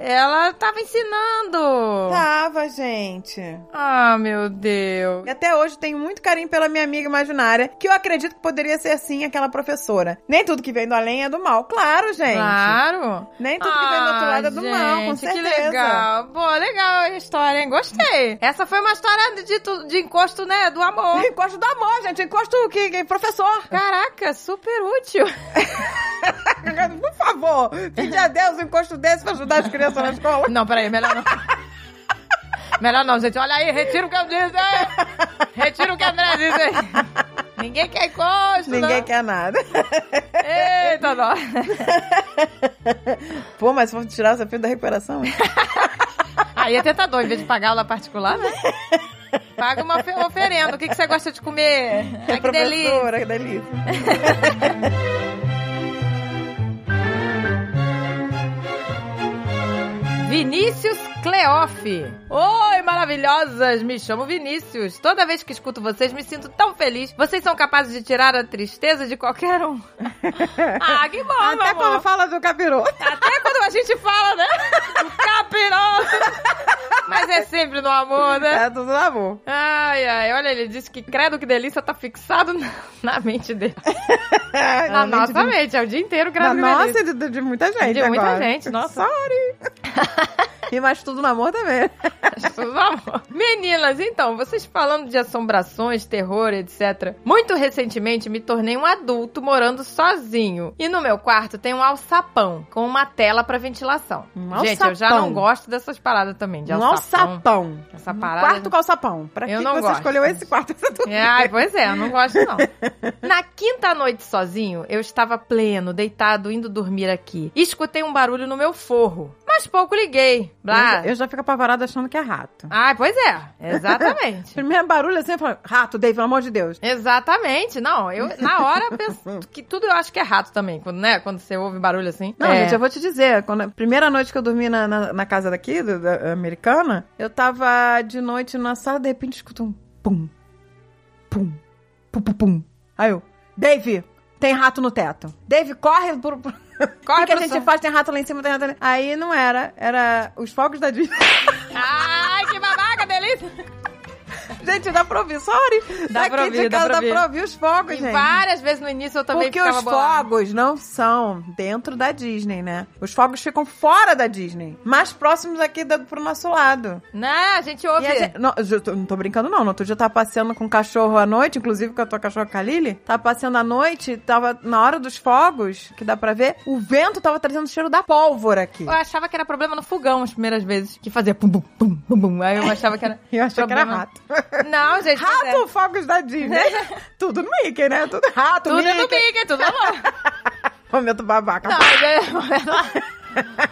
Speaker 1: ela tava ensinando.
Speaker 2: Tava, gente.
Speaker 1: Ah, meu Deus.
Speaker 2: E até hoje tenho muito carinho pela minha amiga imaginária, que eu acredito que poderia ser sim aquela professora. Nem tudo que vem do além é do mal. Claro, gente.
Speaker 1: Claro.
Speaker 2: Nem tudo que vem do outro
Speaker 1: Ah,
Speaker 2: lado é do mal, com
Speaker 1: gente,
Speaker 2: certeza.
Speaker 1: Que legal. Pô, legal a história, hein? Gostei. Essa foi uma história de, tu- de encosto, né? Do amor.
Speaker 2: Encosto do amor, gente. Encosto que, que professor. [laughs]
Speaker 1: Caraca, super útil.
Speaker 2: Por favor, pedir a Deus um encosto desse pra ajudar as crianças na
Speaker 1: [laughs]
Speaker 2: escola.
Speaker 1: Não, peraí, melhor não. Melhor não, gente. Olha aí, retira o que eu disse aí. Retira o que a André disse aí. Ninguém quer encosto,
Speaker 2: Ninguém
Speaker 1: não.
Speaker 2: quer nada. [laughs]
Speaker 1: quer. Eita, não.
Speaker 2: Pô, mas vamos tirar o desafio da recuperação?
Speaker 1: Aí é tentador, em vez de pagar aula particular, né? Paga uma ofe- oferenda. O que, que você gosta de
Speaker 2: É
Speaker 1: comer? [laughs] Ai, que delícia.
Speaker 2: professora, que delícia.
Speaker 1: Vinícius Cleof. Oi, maravilhosas! Me chamo Vinícius. Toda vez que escuto vocês, me sinto tão feliz. Vocês são capazes de tirar a tristeza de qualquer
Speaker 2: [laughs]
Speaker 1: um. ah, que bom, meu
Speaker 2: Até
Speaker 1: amor.
Speaker 2: quando fala do capiroto.
Speaker 1: Até quando a gente fala, né? O capiroto! Mas é sempre no amor, né?
Speaker 2: É tudo no amor.
Speaker 1: Ai, ai, olha, ele disse que credo que delícia tá fixado na, na mente dele. Na
Speaker 2: mente
Speaker 1: nossa
Speaker 2: de-
Speaker 1: mente, é o dia inteiro
Speaker 2: Na
Speaker 1: credo que
Speaker 2: nossa
Speaker 1: delícia.
Speaker 2: e de, de- de muita gente
Speaker 1: De muita
Speaker 2: agora.
Speaker 1: gente, nossa.
Speaker 2: Sorry.
Speaker 1: [laughs]
Speaker 2: e mais tudo no amor também.
Speaker 1: Pelo amor. Meninas, então, vocês falando de assombrações, terror, etc. Muito recentemente me tornei um adulto morando sozinho. E no meu quarto tem um alçapão com uma tela pra ventilação.
Speaker 2: Um
Speaker 1: Gente, eu já
Speaker 2: alçapão.
Speaker 1: não gosto dessas paradas também, de
Speaker 2: Um
Speaker 1: alçapão.
Speaker 2: alçapão.
Speaker 1: Essa
Speaker 2: Um
Speaker 1: parada-
Speaker 2: Quarto com alçapão. Pra
Speaker 1: Eu
Speaker 2: que
Speaker 1: não
Speaker 2: você
Speaker 1: gosto.
Speaker 2: escolheu esse quarto? [laughs] Essa tudo
Speaker 1: É, [laughs] ai, pois é, eu não gosto
Speaker 2: [laughs]
Speaker 1: não. Na quinta noite sozinho, eu estava pleno, deitado, indo dormir aqui. E escutei um barulho no meu forro, mas pouco liguei. Blá.
Speaker 2: Eu, já- eu já fico apavorada achando que é rato.
Speaker 1: Ai, pois é,
Speaker 2: [laughs]
Speaker 1: exatamente.
Speaker 2: Primeiro barulho assim, eu falo, rato, Dave, pelo amor de Deus.
Speaker 1: Exatamente, não. Eu na hora eu
Speaker 2: [laughs]
Speaker 1: penso que tudo eu acho que é rato também, quando, né? Quando você ouve barulho assim.
Speaker 2: Não,
Speaker 1: É.
Speaker 2: gente, eu vou te dizer. Quando a primeira noite que eu dormi na, na, na casa daqui, da, da- americana, eu tava de noite na sala, de repente escuto um pum, pum, pum, pum, pum. Aí eu, Dave, tem rato no teto. Dave, corre pro... pro-
Speaker 1: Corre
Speaker 2: O que, que a
Speaker 1: pro
Speaker 2: gente
Speaker 1: som."
Speaker 2: faz? Tem rato lá em cima, tem rato lá em cima. Aí não era, era os fogos da Disney. [laughs]
Speaker 1: Ai, que babaca, delícia!
Speaker 2: gente, dá pra ouvir, sorry.
Speaker 1: Dá
Speaker 2: Daqui
Speaker 1: pra
Speaker 2: de
Speaker 1: ouvir, dá
Speaker 2: casa
Speaker 1: pra
Speaker 2: dá
Speaker 1: ouvir.
Speaker 2: pra ouvir os fogos,
Speaker 1: E
Speaker 2: gente.
Speaker 1: várias vezes no início eu também
Speaker 2: Porque
Speaker 1: ficava
Speaker 2: os
Speaker 1: bolada.
Speaker 2: fogos não são dentro da Disney, né? Os fogos ficam fora da Disney, mais próximos aqui da, pro nosso lado.
Speaker 1: Né? A gente
Speaker 2: E
Speaker 1: ouve.
Speaker 2: a gente- não, eu tô- não tô brincando, não. No outro dia eu tava passeando com um cachorro à noite, inclusive com a tua cachorra Kalili. Tava passeando à noite, tava na hora dos fogos, que dá pra ver, o vento tava trazendo o cheiro da pólvora aqui.
Speaker 1: Eu achava que era problema no fogão as primeiras vezes. Que fazia pum, pum, pum, pum, pum. Aí eu achava que era.
Speaker 2: [laughs] Eu achei que era
Speaker 1: problema-
Speaker 2: rato.
Speaker 1: Não, gente. pois é.
Speaker 2: Rato ou fogos da
Speaker 1: [laughs]
Speaker 2: Disney? né? Tudo no Mickey, né? Tudo rato,
Speaker 1: Tudo é do
Speaker 2: Mickey.
Speaker 1: Mickey, tudo amor.
Speaker 2: Momento babaca.
Speaker 1: Não, gente.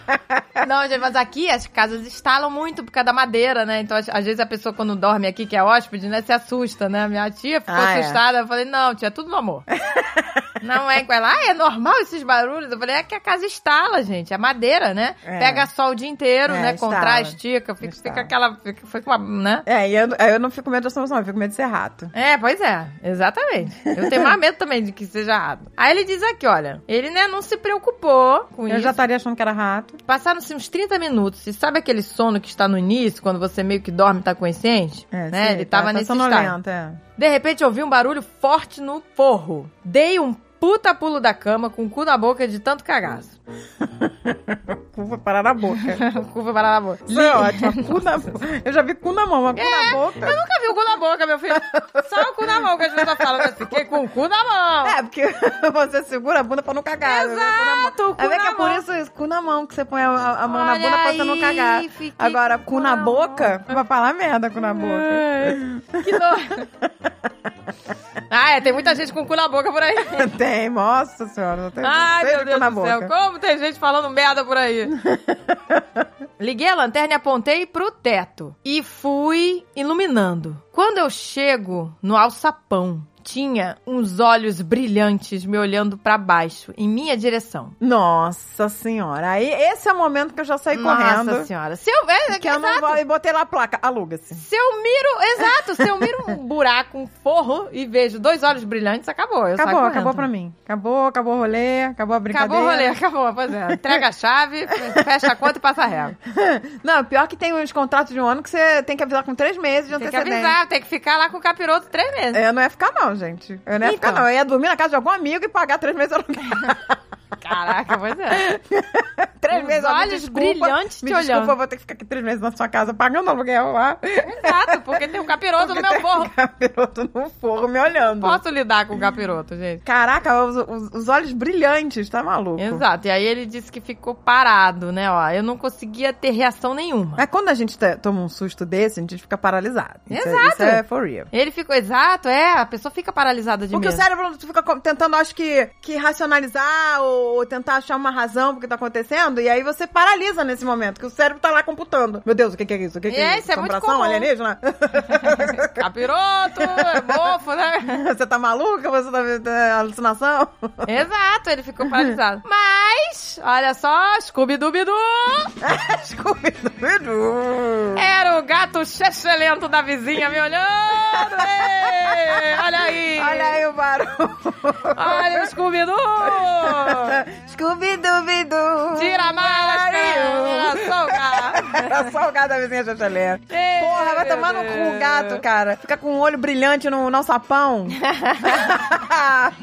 Speaker 1: [laughs] Não, gente, mas aqui as casas estalam muito por causa da madeira, né? Então, às- às vezes a pessoa quando dorme aqui, que é hóspede, né, se assusta, né? Minha tia ficou
Speaker 2: Ah, é.
Speaker 1: assustada. Eu falei, não, tia, é tudo no
Speaker 2: [laughs]
Speaker 1: amor. Não é com ela, ah, é normal esses barulhos? Eu falei, é que a casa estala, gente, é madeira, né?
Speaker 2: É.
Speaker 1: Pega sol o dia inteiro,
Speaker 2: É,
Speaker 1: né?
Speaker 2: estala.
Speaker 1: Contrai, estica, fica, fica
Speaker 2: Estala.
Speaker 1: aquela. Fica, fica uma, né?
Speaker 2: É, e eu, eu não fico com medo da solução, eu fico com medo de ser rato.
Speaker 1: É, pois é, exatamente. Eu tenho mais medo também de que seja errado. Aí ele diz aqui, olha, ele né, não se preocupou com
Speaker 2: Eu
Speaker 1: isso.
Speaker 2: já estaria achando que era rato.
Speaker 1: Passaram-se uns 30 minutos. E sabe aquele sono que está no início, quando você meio que dorme e tá consciente? né?
Speaker 2: sei,
Speaker 1: Ele
Speaker 2: tá-
Speaker 1: tava
Speaker 2: tá
Speaker 1: nesse estado.
Speaker 2: sonolento, é.
Speaker 1: De repente, ouvi um barulho forte no forro. Dei um puta pulo da cama com o cu na boca de tanto cagaço. [laughs]
Speaker 2: Cu vai parar na boca.
Speaker 1: o cu foi parar na boca.
Speaker 2: Isso é ótimo. Cu na... Eu já vi cu na mão, mas cu na boca.
Speaker 1: Eu nunca vi o cu na boca, meu filho. Só o cu na mão que a gente tá falando assim. Fiquei com o cu na mão.
Speaker 2: É, porque [laughs] você segura a bunda pra não cagar. né? Cu na mão.
Speaker 1: Exato, o cu
Speaker 2: Aí vê
Speaker 1: na
Speaker 2: que é por
Speaker 1: mão.
Speaker 2: isso, cu na mão, que você põe a, a mão na
Speaker 1: Olha
Speaker 2: bunda pra você não
Speaker 1: aí,
Speaker 2: cagar.
Speaker 1: fiquei
Speaker 2: Agora,
Speaker 1: com
Speaker 2: cu na
Speaker 1: na
Speaker 2: boca, vai falar merda cu na é boca.
Speaker 1: Ai, Que nojo. ah, é, tem muita gente com o cu na boca por aí.
Speaker 2: [laughs] Tem, nossa senhora. Tem,
Speaker 1: É. Ai,
Speaker 2: tem
Speaker 1: meu
Speaker 2: cu
Speaker 1: Deus
Speaker 2: Tá na
Speaker 1: do
Speaker 2: boca.
Speaker 1: céu, como tem gente falando merda por
Speaker 2: [laughs]
Speaker 1: aí? Liguei a lanterna e apontei pro teto. E fui iluminando. Quando eu chego no alçapão, tinha uns olhos brilhantes me olhando pra baixo, em minha direção.
Speaker 2: Nossa senhora. Aí, esse é o momento que eu já saí
Speaker 1: Nossa
Speaker 2: correndo.
Speaker 1: senhora. Se eu, é,
Speaker 2: Que eu
Speaker 1: exato.
Speaker 2: não vou... E botei lá a placa, aluga-se.
Speaker 1: Se eu miro, exato, se eu miro um buraco, um forro e vejo dois olhos brilhantes, acabou. Eu
Speaker 2: Acabou,
Speaker 1: saio
Speaker 2: acabou
Speaker 1: correndo.
Speaker 2: pra mim. Acabou, acabou o rolê, acabou a brincadeira.
Speaker 1: Acabou o rolê, acabou, pois é. Entrega a chave, fecha a conta e passa a régua.
Speaker 2: Não, pior que tem uns contratos de um ano que você tem que avisar com três meses de
Speaker 1: Tem que
Speaker 2: antecedência.
Speaker 1: avisar, tem que ficar lá com o capiroto três meses.
Speaker 2: Eu não ia ficar, não, gente. Eu não ia
Speaker 1: Então.
Speaker 2: ficar, não. Eu ia dormir na casa de algum amigo e pagar três meses de
Speaker 1: [laughs]
Speaker 2: aluguel.
Speaker 1: Caraca, pois é.
Speaker 2: três
Speaker 1: Os
Speaker 2: meses ó, me
Speaker 1: olhos
Speaker 2: desculpa,
Speaker 1: brilhantes
Speaker 2: me
Speaker 1: te
Speaker 2: desculpa,
Speaker 1: olhando.
Speaker 2: eu vou ter que ficar aqui três meses na sua casa pagando aluguel lá. [laughs]
Speaker 1: Exato, porque tem um capiroto no meu forro.
Speaker 2: Capiroto no forro me olhando.
Speaker 1: Posso lidar com o capiroto, gente.
Speaker 2: Caraca, os, os- os olhos brilhantes, tá maluco?
Speaker 1: Exato, e aí ele disse que ficou parado, né? Ó, eu não conseguia ter reação nenhuma.
Speaker 2: Mas quando a gente te- toma um susto desse, a gente fica paralisado. Isso é-
Speaker 1: Exato.
Speaker 2: Isso é for real.
Speaker 1: Ele ficou, exato, é, a pessoa fica paralisada de
Speaker 2: Porque o
Speaker 1: medo.
Speaker 2: cérebro fica co- tentando, acho que, que racionalizar ou, ou ou tentar achar uma razão pro que tá acontecendo, e aí você paralisa nesse momento, que o cérebro tá lá computando. Meu Deus, o que que é isso? O que que
Speaker 1: É,
Speaker 2: é,
Speaker 1: isso é muito
Speaker 2: Assombração
Speaker 1: comum.
Speaker 2: alienígena? [laughs]
Speaker 1: Capiroto, é bofo,
Speaker 2: [laughs]
Speaker 1: né?
Speaker 2: você tá maluca? Você tá vendo é, alucinação? [laughs]
Speaker 1: Exato, ele ficou paralisado. Mas, olha só, Scooby-Dooby-Doo
Speaker 2: Scooby-Doo!
Speaker 1: era o gato chechelento da vizinha me olhando. Ei, olha aí.
Speaker 2: Olha aí o barulho!
Speaker 1: Olha o Scooby-Doo.
Speaker 2: Scooby-Doo!
Speaker 1: Tira a máscara, açougar.
Speaker 2: [laughs] Era só o gato da vizinha chachalé.
Speaker 1: Ei,
Speaker 2: Porra, vai tomar no cu o gato, cara. Fica com o olho brilhante no, no
Speaker 1: [laughs]
Speaker 2: sapão.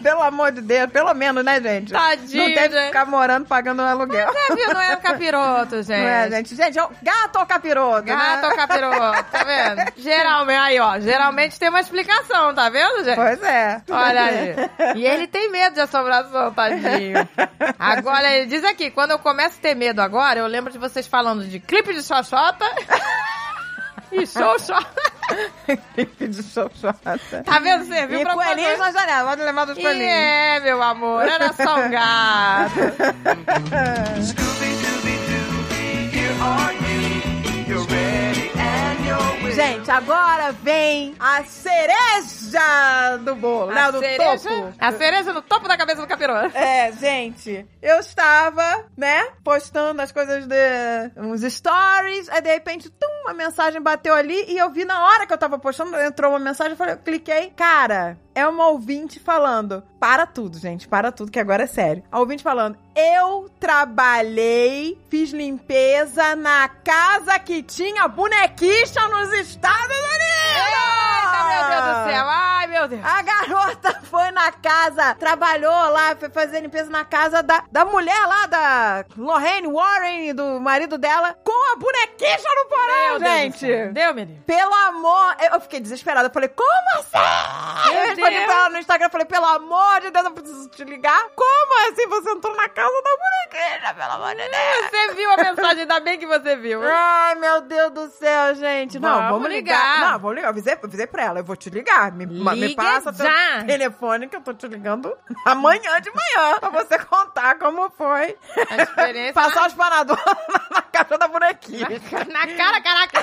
Speaker 2: pelo amor de Deus, pelo menos, né, gente?
Speaker 1: Tadinho,
Speaker 2: Não tem que
Speaker 1: gente.
Speaker 2: ficar morando pagando um aluguel.
Speaker 1: É, viu? Não é o capiroto, gente.
Speaker 2: [laughs] Não é, gente? Gente, é o gato ou capiroto,
Speaker 1: Gato
Speaker 2: né?
Speaker 1: ou capiroto, tá vendo?
Speaker 2: [laughs]
Speaker 1: Geralmente, aí ó, geralmente tem uma explicação, tá vendo, gente?
Speaker 2: Pois é.
Speaker 1: Olha
Speaker 2: [laughs]
Speaker 1: aí. E ele tem medo de assombração, tadinho. Agora, ele diz aqui, quando eu começo a ter medo agora, eu lembro de vocês falando de clipe de xoxota [laughs] e xoxota.
Speaker 2: Clipe de xoxota.
Speaker 1: Tá vendo? Você viu
Speaker 2: E
Speaker 1: pra
Speaker 2: coelhinhos na janela, pode levar dos
Speaker 1: E
Speaker 2: coelhinhos.
Speaker 1: é, meu amor, era só um gato.
Speaker 2: Gente, agora vem a cereja do bolo, né? Do topo.
Speaker 1: A cereja no topo da cabeça do capiroto.
Speaker 2: É, gente, eu estava, né, postando as coisas de uns stories, aí de repente, tum, uma mensagem bateu ali e eu vi na hora que eu tava postando, entrou uma mensagem, eu falei, eu cliquei, cara, é uma ouvinte falando, para tudo, gente, para tudo, que agora é sério. A ouvinte falando, eu trabalhei, fiz limpeza na casa que tinha bonequista nos Estados Unidos!
Speaker 1: Eita, meu Deus do céu. Ai, meu Deus.
Speaker 2: A garota [laughs] foi na casa, trabalhou lá, foi fazer limpeza na casa da, da mulher lá, da Lorraine Warren, do marido dela, com a bonequinha no porão,
Speaker 1: Meu Deus do
Speaker 2: gente!
Speaker 1: céu. Deu, menino?
Speaker 2: Pelo amor, eu eu fiquei desesperada. Eu falei, como assim?
Speaker 1: Meu
Speaker 2: eu respondi
Speaker 1: Deus.
Speaker 2: pra ela no Instagram, eu falei, pelo amor de Deus, eu preciso te ligar. Como assim você entrou na casa da bonequinha, pelo amor de Deus?
Speaker 1: Você viu a mensagem, ainda bem que você viu.
Speaker 2: Ai, meu Deus do céu, gente. Não,
Speaker 1: Vamos
Speaker 2: vamos, ligar.
Speaker 1: ligar.
Speaker 2: Não, vamos ligar. Eu avisei, eu avisei pra ela, eu vou te ligar. Me, ma- me
Speaker 1: Liga
Speaker 2: passa teu
Speaker 1: já.
Speaker 2: telefone que eu tô te ligando amanhã de manhã [laughs] pra você contar como foi.
Speaker 1: A experiência
Speaker 2: Passar o espanador [laughs] na, na caixa da bonequinha.
Speaker 1: Na cara, caraca!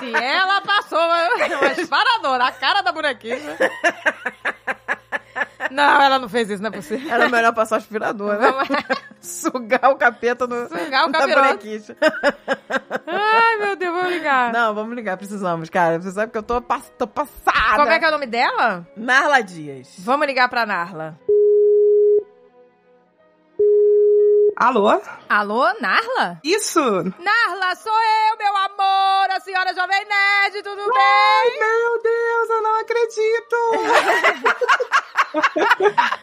Speaker 1: Se ela passou é uma disparador na cara da bonequinha. Não, ela não fez isso, não é possível.
Speaker 2: Era melhor passar o aspirador, né?
Speaker 1: Vamos-
Speaker 2: [laughs] Sugar o capeta do,
Speaker 1: Sugar o
Speaker 2: da
Speaker 1: capiroto.
Speaker 2: bonequinha.
Speaker 1: Ai, meu Deus, vou ligar.
Speaker 2: Não, vamos ligar, precisamos, cara. Você sabe que eu tô, pass- tô passada.
Speaker 1: Como é que é o nome dela?
Speaker 2: Narla Dias.
Speaker 1: Vamos ligar pra Narla.
Speaker 4: Alô?
Speaker 1: Alô, Narla?
Speaker 4: Isso?
Speaker 1: Narla, sou eu, meu amor, a senhora Jovem Nerd, tudo bem?
Speaker 4: Meu Deus, eu não acredito!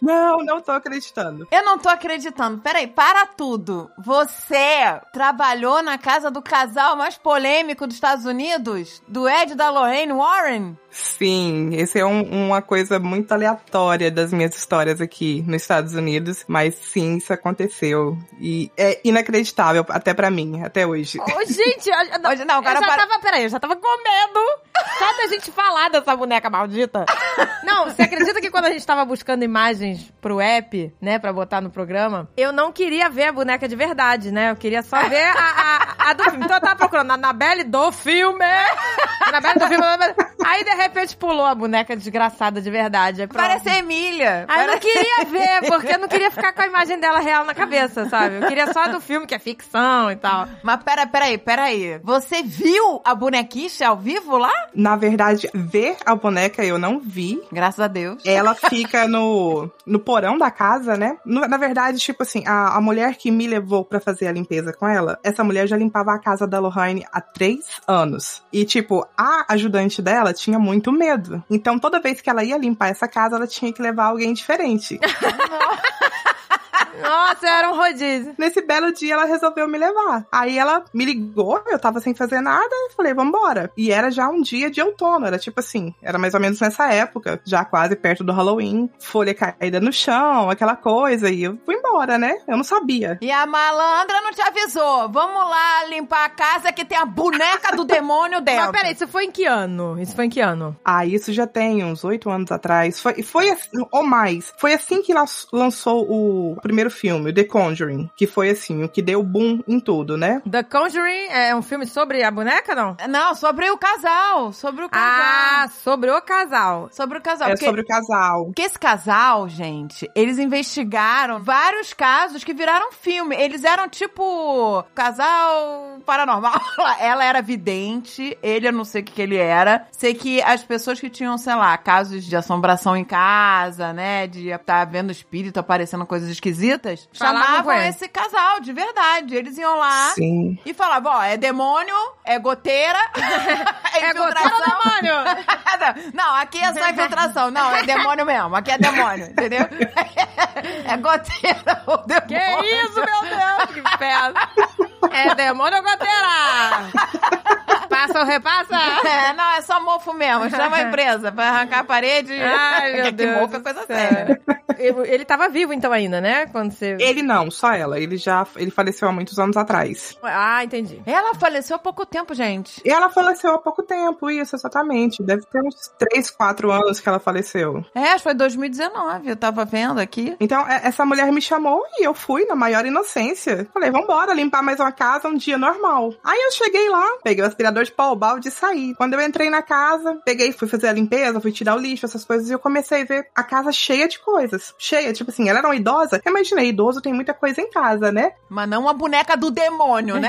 Speaker 4: [laughs] não, não tô acreditando.
Speaker 2: Eu não tô acreditando. Peraí, para tudo. Você trabalhou na casa do casal mais polêmico dos Estados Unidos? Do Ed e da Lorraine Warren?
Speaker 4: Sim, esse é um- uma coisa muito aleatória das minhas histórias aqui nos Estados Unidos, mas sim, isso aconteceu. E é inacreditável, até pra mim, até hoje.
Speaker 1: Ô, gente, eu, eu-
Speaker 2: Hoje não, o cara
Speaker 1: eu já
Speaker 2: para-
Speaker 1: tava, peraí, eu já tava com medo só da gente falar dessa boneca [laughs] maldita. Não, você acredita que quando a gente tava buscando imagens pro app, né, pra botar no programa, eu não queria ver a boneca de verdade, né? Eu queria só ver a, a- a do filme. Então eu tava procurando a Anabelle do filme. Anabelle do filme. Annabelle- Aí, de repente, pulou a boneca desgraçada de verdade. É Aí, pronto.
Speaker 2: Parece a Emília.
Speaker 1: Aí eu não queria
Speaker 2: [laughs]
Speaker 1: ver, porque eu não queria ficar com a imagem dela real na cabeça, sabe? Eu queria só a do filme, que é ficção e tal.
Speaker 2: Mas pera, peraí, peraí. Você viu a bonequicha ao vivo lá?
Speaker 4: Na verdade, ver a boneca eu não vi,
Speaker 2: Graças a Deus.
Speaker 4: Ela fica no, no porão da casa, né? No- na verdade, tipo assim, a, a mulher que me levou pra fazer a limpeza com ela, essa mulher já limpava a casa da Lorraine há três anos. E, tipo, a ajudante dela tinha muito medo. Então, toda vez que ela ia limpar essa casa, ela tinha que levar alguém diferente.
Speaker 1: Nossa, era um rodízio.
Speaker 4: Nesse belo dia, ela resolveu me levar. Aí ela me ligou, eu tava sem fazer nada, eu falei, vambora. E era já um dia de outono, era tipo assim, era mais ou menos nessa época, já quase perto do Halloween, folha caída no chão, aquela coisa, e eu fui embora, né? Eu não sabia.
Speaker 2: E a malandra não te avisou. Vamos lá limpar a casa que tem a boneca do demônio dela.
Speaker 1: Mas peraí, isso foi em que ano? Isso foi em que ano?
Speaker 4: Ah, isso já tem uns oito anos atrás, foi, foi assim, ou mais. Foi assim que lan- lançou o primeiro filme, The Conjuring, que foi assim, o que deu boom em tudo, né?
Speaker 1: The Conjuring é um filme sobre a boneca, não?
Speaker 2: Não, sobre o casal. Sobre É o casal.
Speaker 1: Ah, sobre o casal.
Speaker 2: sobre o casal.
Speaker 4: É
Speaker 2: porque-
Speaker 4: sobre o casal.
Speaker 2: Porque esse casal, gente, eles investigaram vários casos que viraram filme. Eles eram tipo casal paranormal. [laughs] Ela era vidente, ele eu não sei o que, que ele era. Sei que as pessoas que tinham, sei lá, casos de assombração em casa, né? De estar vendo espírito aparecendo coisas esquisitas,
Speaker 1: Falavam
Speaker 2: chamavam
Speaker 1: com ele.
Speaker 2: esse casal, de verdade. Eles iam lá.
Speaker 4: Sim.
Speaker 2: E falavam, ó, é demônio, é goteira, [laughs] é
Speaker 1: É goteira
Speaker 2: infiltração. [laughs]
Speaker 1: demônio!
Speaker 2: Não, aqui é só infiltração. Não, é demônio mesmo. Aqui é demônio, entendeu? [laughs] É goteira ou demônio.
Speaker 1: Que isso, meu Deus, que pedra! É demônio ou goteira? Passa ou repassa?
Speaker 2: É, não, é só mofo mesmo. Chama a empresa pra arrancar a parede.
Speaker 1: Ai, meu
Speaker 2: É que
Speaker 1: Deus
Speaker 2: mofo é
Speaker 1: do
Speaker 2: coisa
Speaker 1: céu.
Speaker 2: séria.
Speaker 1: Eu- Ele tava vivo então ainda, né? Quando você...
Speaker 2: É.
Speaker 4: Ele não, só ela. Ele já ele faleceu há muitos anos atrás.
Speaker 1: Ah, entendi.
Speaker 2: Ela faleceu há pouco tempo, gente.
Speaker 4: E ela faleceu há pouco tempo, isso, exatamente. Deve ter uns 3, 4 anos que ela faleceu.
Speaker 2: É, foi 2019, eu tava vendo aqui.
Speaker 4: Então, é- essa mulher me chamou e eu fui na maior inocência. Falei, vambora limpar mais uma casa um dia normal. Aí eu cheguei lá, peguei o aspirador de pau balde e saí. Quando eu entrei na casa, peguei, fui fazer a limpeza, fui tirar o lixo, essas coisas, e eu comecei a ver a casa cheia de coisas. Cheia, tipo assim, ela era uma idosa. Eu imaginei, idoso tem muita coisa em casa, né?
Speaker 2: Mas não uma boneca do demônio, [laughs] né?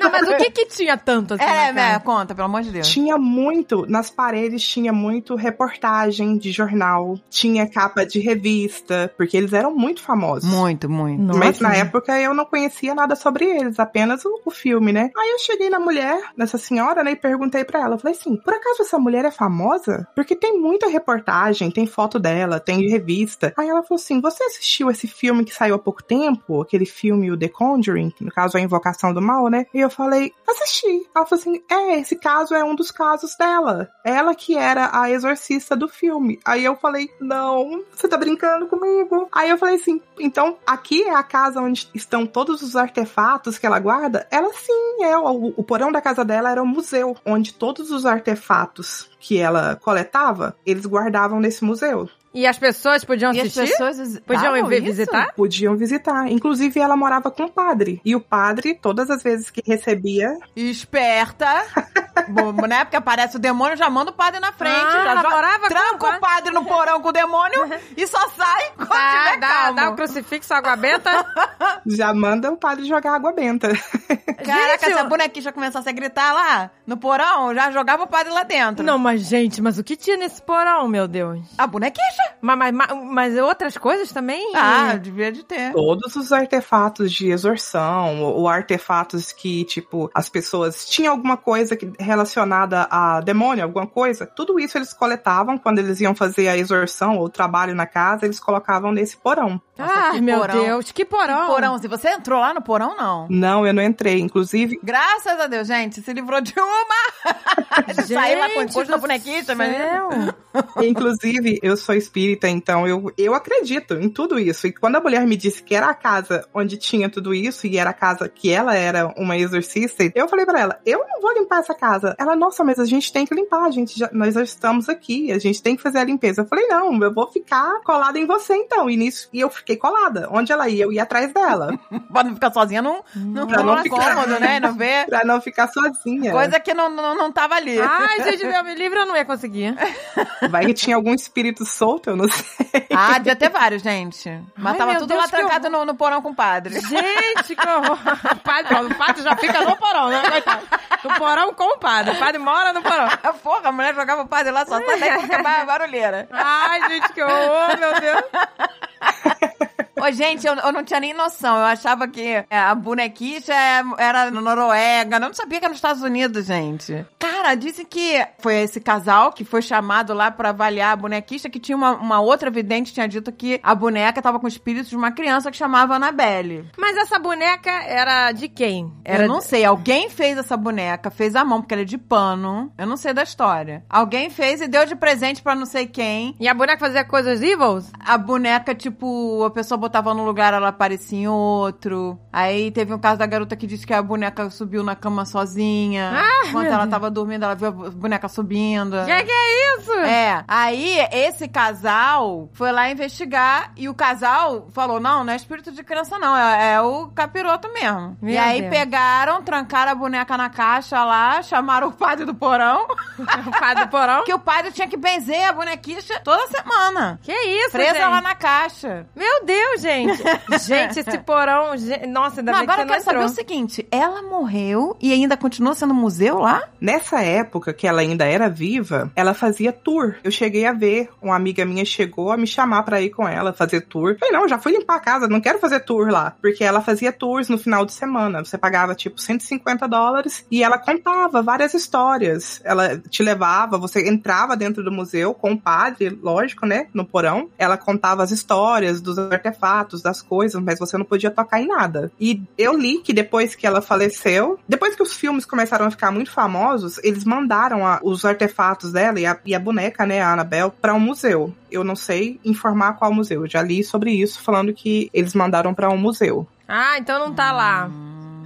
Speaker 1: Não, mas o que que tinha tanto assim
Speaker 2: É,
Speaker 1: na casa?
Speaker 2: né? Conta, pelo amor de Deus.
Speaker 4: Tinha muito, nas paredes tinha muito reportagem de jornal, tinha capa de revista, porque eles eram muito famosos.
Speaker 2: Muito, muito.
Speaker 1: Nossa.
Speaker 4: Mas na época eu não conhecia nada sobre eles, apenas o, o filme, né? Aí eu cheguei na mulher, nessa senhora, né, e perguntei pra ela. Eu falei assim: por acaso essa mulher é famosa? Porque tem muita reportagem, tem foto dela, tem revista. Aí ela falou assim: você assistiu esse filme que saiu há pouco tempo? Aquele filme, o The Conjuring, que no caso é a Invocação do Mal, né? E eu falei: assisti. Ela falou assim: é, esse caso é um dos casos dela. Ela que era a exorcista do filme. Aí eu falei: não, você tá brincando comigo. Aí eu falei assim: então aqui é a casa onde estão todos os artefatos que ela guarda? Ela sim, é. O, o porão da casa dela era um museu, onde todos os artefatos que ela coletava, eles guardavam nesse museu.
Speaker 1: E as pessoas um podiam
Speaker 2: E as
Speaker 1: assistir?
Speaker 2: pessoas Ah,
Speaker 1: Podiam
Speaker 2: estavam
Speaker 1: ir
Speaker 2: isso?
Speaker 1: visitar?
Speaker 4: Podiam visitar. Inclusive, ela morava com o padre. E o padre, todas as vezes que recebia
Speaker 1: [laughs]
Speaker 2: Esperta. Bom, né? Porque aparece o demônio, já manda o padre na frente.
Speaker 1: Ah,
Speaker 2: já
Speaker 1: ela
Speaker 2: joga-
Speaker 1: morava com o
Speaker 2: Tranca
Speaker 1: padre.
Speaker 2: o padre no porão com o demônio e só
Speaker 1: [laughs]
Speaker 2: sai quando
Speaker 1: Dá,
Speaker 2: tiver
Speaker 1: dá,
Speaker 2: calmo.
Speaker 1: dá o crucifixo, água benta.
Speaker 4: Já manda o padre jogar água benta. [laughs]
Speaker 2: Caraca,
Speaker 1: Gente,
Speaker 2: se a
Speaker 1: eu-
Speaker 2: bonequinha já começasse a gritar lá no porão, já jogava o padre lá
Speaker 1: [laughs]
Speaker 2: dentro.
Speaker 1: Não, mas gente, mas o que tinha nesse porão, meu Deus?
Speaker 2: A bonequinha?
Speaker 1: Mas, mas, mas- mas outras coisas também?
Speaker 2: Ah, devia de ter.
Speaker 4: Todos os artefatos de exorção, ou, ou artefatos que, tipo, as pessoas tinham alguma coisa que- relacionada a demônio, alguma coisa, tudo isso eles coletavam quando eles iam fazer a exorção ou o trabalho na casa, eles colocavam nesse porão.
Speaker 1: Ah,
Speaker 2: que
Speaker 1: meu
Speaker 2: porão.
Speaker 1: Deus, que porão.
Speaker 2: Porão, se você entrou lá no porão, não.
Speaker 4: Não, eu não entrei. Inclusive,
Speaker 2: Graças a Deus, gente, se livrou de uma. [laughs]
Speaker 1: Gente
Speaker 2: Saiu lá com o encosto da
Speaker 1: do
Speaker 2: bonequinha,
Speaker 1: céu.
Speaker 2: imagina.
Speaker 4: [laughs] inclusive, eu sou espírita, então eu, eu acredito em tudo isso. E quando a mulher me disse que era a casa onde tinha tudo isso, e era a casa que ela era uma exorcista, eu falei pra ela, eu não vou limpar essa casa. Ela, nossa, mas a gente tem que limpar, a gente já, nós já estamos aqui, a gente tem que fazer a limpeza. Eu falei, não, eu vou ficar colada em você então. E nisso, e eu fiquei colada. Onde ela ia, eu ia atrás dela, [laughs]
Speaker 2: Pra não ficar sozinha num, num,
Speaker 4: Pra não
Speaker 2: num
Speaker 4: ficar.
Speaker 2: cômodo, né? Não ver.
Speaker 4: pra não ficar sozinha.
Speaker 2: Coisa que não, não, não tava ali.
Speaker 1: Ai, gente, meu me livre, eu não ia conseguir.
Speaker 4: Vai que tinha algum espírito solto, eu não sei.
Speaker 2: Ah, devia ter vários, gente. Mas
Speaker 1: Ai,
Speaker 2: tava
Speaker 1: meu
Speaker 2: tudo
Speaker 1: Deus,
Speaker 2: lá
Speaker 1: que
Speaker 2: trancado no, no porão com o padre.
Speaker 1: Gente, que horror. O padre, ó, o padre já fica no porão, né? coitado? No porão com o padre. O padre mora no porão.
Speaker 2: [laughs] Porra, a mulher jogava o padre lá só sai daí pra acabar a barulheira.
Speaker 1: Ai, gente, que horror, meu Deus.
Speaker 2: Ô, gente, eu, eu não tinha nem noção. Eu achava que é, a bonequicha é- era na Noruega. Eu não sabia que era nos Estados Unidos, gente. Cara, disse que foi esse casal que foi chamado lá pra avaliar a bonequicha, que tinha uma, uma outra vidente que tinha dito que a boneca tava com o espírito de uma criança que chamava Annabelle.
Speaker 1: Mas essa boneca era de quem? Era
Speaker 2: Eu não sei, alguém fez essa boneca, fez à mão, porque ela é de pano. Eu não sei da história. Alguém fez e deu de presente pra não sei quem.
Speaker 1: E a boneca fazia coisas evils?
Speaker 2: A boneca, tipo, a pessoa botava num lugar, ela aparecia em outro. Aí teve um caso da garota que disse que a boneca subiu na cama sozinha.
Speaker 1: Ah,
Speaker 2: enquanto
Speaker 1: meu
Speaker 2: ela
Speaker 1: Deus.
Speaker 2: tava dormindo, subindo, ela viu a bu- boneca subindo.
Speaker 1: Que que é isso?
Speaker 2: Ah. É, aí esse casal foi lá investigar e o casal falou: não, não é espírito de criança, não, é, é o capiroto mesmo.
Speaker 1: Meu
Speaker 2: e aí
Speaker 1: Deus.
Speaker 2: pegaram, trancaram a boneca na caixa lá, chamaram o padre do porão,
Speaker 1: [laughs]
Speaker 2: [laughs]
Speaker 1: O padre do porão?
Speaker 2: que o padre tinha que benzer a bonequicha toda semana.
Speaker 1: Que isso,
Speaker 2: Presa
Speaker 1: gente?
Speaker 2: lá na caixa.
Speaker 1: Meu Deus,
Speaker 2: [laughs]
Speaker 1: gente. gente, esse porão... ge- Nossa, ainda
Speaker 2: Não,
Speaker 1: bem que
Speaker 2: agora
Speaker 1: você
Speaker 2: eu
Speaker 1: não
Speaker 2: quero saber
Speaker 1: entrou.
Speaker 2: o seguinte: ela morreu e ainda continua sendo museu lá?
Speaker 4: Nessa época que ela ainda era viva, ela fazia tour. Eu cheguei a ver, uma amiga minha chegou a me chamar pra ir com ela fazer tour. Falei, não, já fui limpar a casa, não quero fazer tour lá. Porque ela fazia tours no final de semana. Você pagava tipo 150 dólares e ela contava várias histórias. Ela te levava, você entrava dentro do museu com o padre, lógico, né, no porão. Ela contava as histórias dos artefatos, das coisas, mas você não podia tocar em nada. E eu li que depois que ela faleceu, depois que os filmes começaram a ficar muito famosos, eles mandaram a- os artefatos dela e a, e a boneca, né, a Annabelle, para um museu. Eu não sei informar qual museu. Eu já li sobre isso, falando que eles mandaram para um museu.
Speaker 1: Ah, então não tá lá.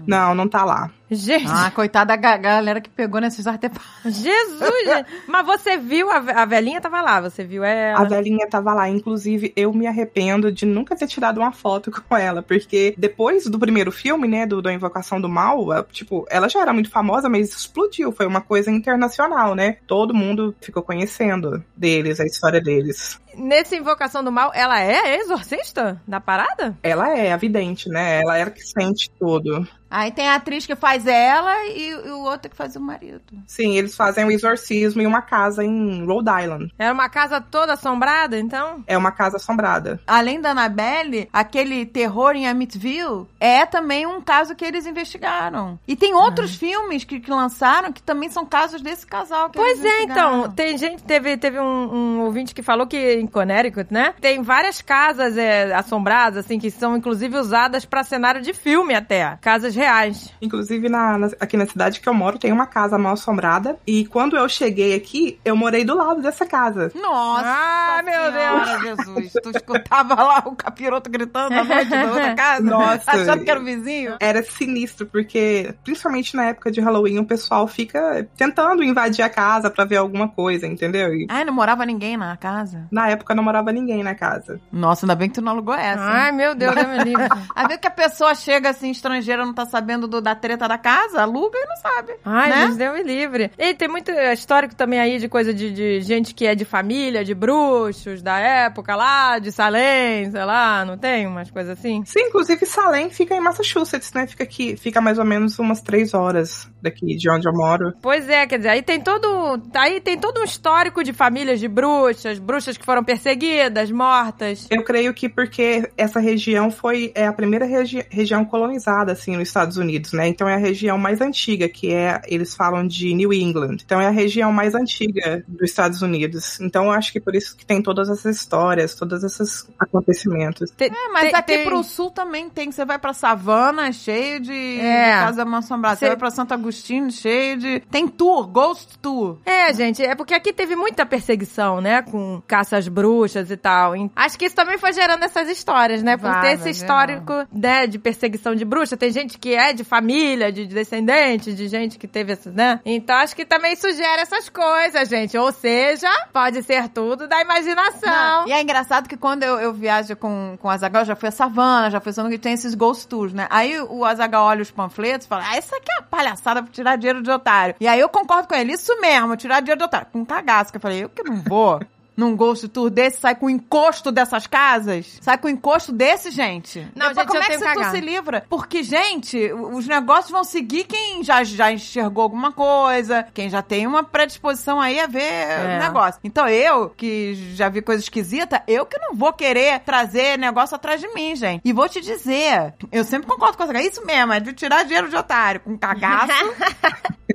Speaker 4: Não, não tá lá.
Speaker 1: Gente,
Speaker 2: Ah, coitada da ga- galera que pegou nesses artefatos. [laughs]
Speaker 1: Jesus! gente. Mas você viu, a, ve- a velhinha tava lá, você viu ela.
Speaker 4: A velhinha tava lá. Inclusive, eu me arrependo de nunca ter tirado uma foto [laughs] com ela. Porque depois do primeiro filme, né? Do, da Invocação do Mal, a- tipo, ela já era muito famosa, mas explodiu. Foi uma coisa internacional, né? Todo mundo ficou conhecendo deles, a história deles.
Speaker 1: Nesse Invocação do Mal, ela é exorcista da parada?
Speaker 4: Ela é a vidente, né? Ela era que sente tudo.
Speaker 2: Aí tem a atriz que faz ela e, e o outro que faz o marido.
Speaker 4: Sim, eles fazem um exorcismo em uma casa em Rhode Island.
Speaker 1: Era uma casa toda assombrada, então?
Speaker 4: É uma casa assombrada.
Speaker 2: Além da Annabelle, aquele terror em Amityville é também um caso que eles investigaram. E tem outros filmes que, que lançaram que também são casos desse casal. Que
Speaker 1: Pois
Speaker 2: eles
Speaker 1: é, então,
Speaker 2: investigaram.
Speaker 1: tem gente, teve, teve um, um ouvinte que falou que em Connecticut, né? Tem várias casas é, assombradas, assim, que são inclusive usadas pra cenário de filme até. Casas reais.
Speaker 4: Inclusive, na- na- aqui na cidade que eu moro, tem uma casa mal assombrada. E quando eu cheguei aqui, eu morei do lado dessa casa.
Speaker 2: Nossa!
Speaker 1: Ah, meu
Speaker 2: Senhora, Jesus! Tu escutava lá o capiroto gritando
Speaker 1: [laughs]
Speaker 2: à noite da outra casa?
Speaker 4: Nossa.
Speaker 2: Achando que era o vizinho?
Speaker 4: Era sinistro, porque principalmente na época de Halloween o pessoal fica tentando invadir a casa pra ver alguma coisa, entendeu? E
Speaker 2: Ai, não morava ninguém na casa?
Speaker 4: na época não morava ninguém na casa.
Speaker 2: Nossa, ainda bem que tu não alugou essa. hein?
Speaker 1: Ai, meu Deus, Deus me livre.
Speaker 2: Às vezes que a pessoa chega assim, estrangeira, não tá sabendo do- da treta da casa, aluga e não sabe.
Speaker 1: [laughs] Ai,
Speaker 2: Né?
Speaker 1: Deus deu me livre. E tem muito é, histórico também aí de coisa de, de gente que é de família, de bruxos da época lá, de Salem, sei lá, não tem umas coisas assim?
Speaker 4: Sim, inclusive Salem fica em Massachusetts, né? Fica aqui, fica mais ou menos umas três horas daqui de onde eu moro.
Speaker 1: Pois é, quer dizer, aí tem todo, aí tem todo um histórico de famílias de bruxas, bruxas que foram perseguidas, mortas.
Speaker 4: Eu creio que porque essa região foi é a primeira regi- região colonizada assim nos Estados Unidos, né? Então é a região mais antiga que é eles falam de New England. Então é a região mais antiga dos Estados Unidos. Então eu acho que por isso que tem todas essas histórias, todos esses acontecimentos.
Speaker 1: Te-
Speaker 2: É, mas
Speaker 1: tem-
Speaker 2: aqui
Speaker 1: tem-
Speaker 2: pro sul também tem. Você vai pra Savana, cheio de
Speaker 1: É.
Speaker 2: de casa mal assombrada. Você
Speaker 1: Cê-
Speaker 2: vai pra Santo Agostinho, cheio de... Tem tour, ghost tour.
Speaker 1: É, gente, é porque aqui teve muita perseguição, né? Com caças bruxas e tal. E Acho que isso também foi gerando essas histórias, né? Por ter
Speaker 2: Vai, vai
Speaker 1: esse
Speaker 2: gerando.
Speaker 1: histórico, né, de perseguição de bruxa. Tem gente que é de família, de descendente, de gente que teve essas, né? Então acho que também sugere essas coisas, gente. Ou seja, pode ser tudo da imaginação.
Speaker 2: Não, E é engraçado que quando eu, eu viajo com, com o Azagal, já fui a Savana, já fui a São Luís, tem esses ghost tours, né? Aí o Azagal olha os panfletos e fala: Ah, isso aqui é uma palhaçada pra tirar dinheiro de otário. E aí eu concordo com ele, isso mesmo, tirar dinheiro de otário. Com um cagaço, que eu falei: Eu que não
Speaker 1: [laughs]
Speaker 2: vou. Num ghost tour desse, sai com o encosto dessas casas? Sai com o encosto desse, gente?
Speaker 1: Não,
Speaker 2: Depois,
Speaker 1: gente,
Speaker 2: como
Speaker 1: eu
Speaker 2: é que
Speaker 1: tenho
Speaker 2: você tu
Speaker 1: cagado.
Speaker 2: se livra? Porque, gente, os negócios vão seguir quem já, já enxergou alguma coisa, quem já tem uma predisposição aí a ver
Speaker 1: É.
Speaker 2: o negócio. Então eu, que já vi coisa esquisita, eu que não vou querer trazer negócio atrás de mim, gente. E vou te dizer, eu sempre concordo com essa cara. Isso mesmo, é de tirar dinheiro de otário,
Speaker 1: [laughs]
Speaker 2: com cagaço.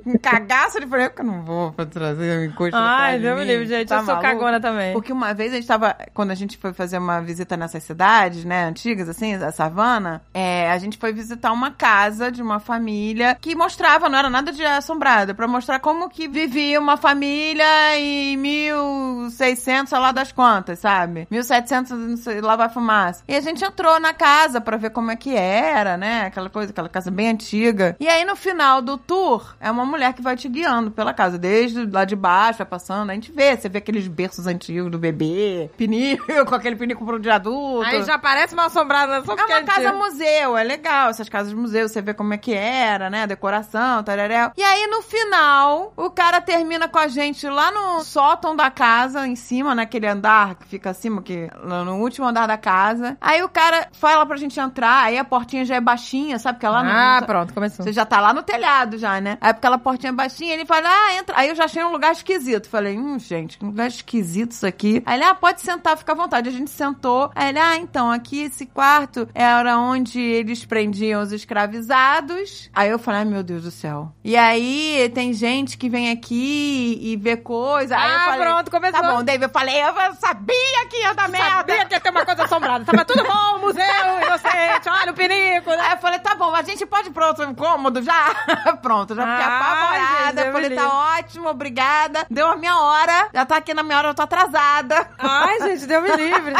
Speaker 2: com cagaço, ele falou, eu que não vou trazer um encosto
Speaker 1: Ai,
Speaker 2: atrás de
Speaker 1: Deus
Speaker 2: mim.
Speaker 1: me livre, gente.
Speaker 2: Tá
Speaker 1: eu sou
Speaker 2: maluco?
Speaker 1: cagona também.
Speaker 2: Porque uma vez a gente tava. Quando a gente foi fazer uma visita nessas cidades, né, antigas, assim, a savana, é, a gente foi visitar uma casa de uma família que mostrava, não era nada de assombrado, é pra mostrar como que vivia uma família em 1600, sei lá das quantas, sabe? 1700, não sei, lá vai fumaça. E a gente entrou na casa pra ver como é que era, né? Aquela coisa, aquela casa bem antiga. E aí no final do tour, é uma mulher que vai te guiando pela casa, desde lá de baixo, vai passando, a gente vê, você vê aqueles berços antigos do bebê, pinico, [laughs] com aquele pinico pro de adulto.
Speaker 1: Aí já parece mal assombrada, né? só
Speaker 2: É
Speaker 1: porque
Speaker 2: uma casa
Speaker 1: antiga.
Speaker 2: museu, é legal. Essas casas de museu, você vê como é que era, né? A decoração, tararé. E aí, no final, o cara termina com a gente lá no sótão da casa, em cima, naquele andar que fica acima, que no último andar da casa. Aí o cara fala pra gente entrar, aí a portinha já é baixinha, sabe? Porque lá no-
Speaker 1: Ah,
Speaker 2: no,
Speaker 1: pronto, começou.
Speaker 2: você já tá lá no telhado já, né? Aí porque aquela portinha baixinha, ele fala, ah, entra. Aí eu já achei um lugar esquisito. Falei, hum, gente, que lugar esquisito isso aqui. Aí ele, ah, pode sentar, fica à vontade. A gente sentou. Aí ele, ah, então, aqui esse quarto era onde eles prendiam os escravizados. Aí eu falei, ai, meu Deus do céu. E aí tem gente que vem aqui e vê coisa. Aí eu
Speaker 1: ah,
Speaker 2: falei,
Speaker 1: pronto, começou.
Speaker 2: Tá bom, David, eu falei, eu sabia que ia dar merda.
Speaker 1: Sabia que ia ter uma coisa assombrada. Tava tudo bom, um museu, inocente, olha o perigo, né?
Speaker 2: Aí eu falei, tá bom, a gente pode ir pro outro cômodo já? [laughs] Pronto, já fiquei
Speaker 1: Ah,
Speaker 2: apavorada.
Speaker 1: gente,
Speaker 2: Eu falei,
Speaker 1: eu
Speaker 2: tá ótimo, obrigada. Deu a minha hora, já tá aqui na minha hora, eu tô atrasada.
Speaker 1: Ai, gente, deu me livre.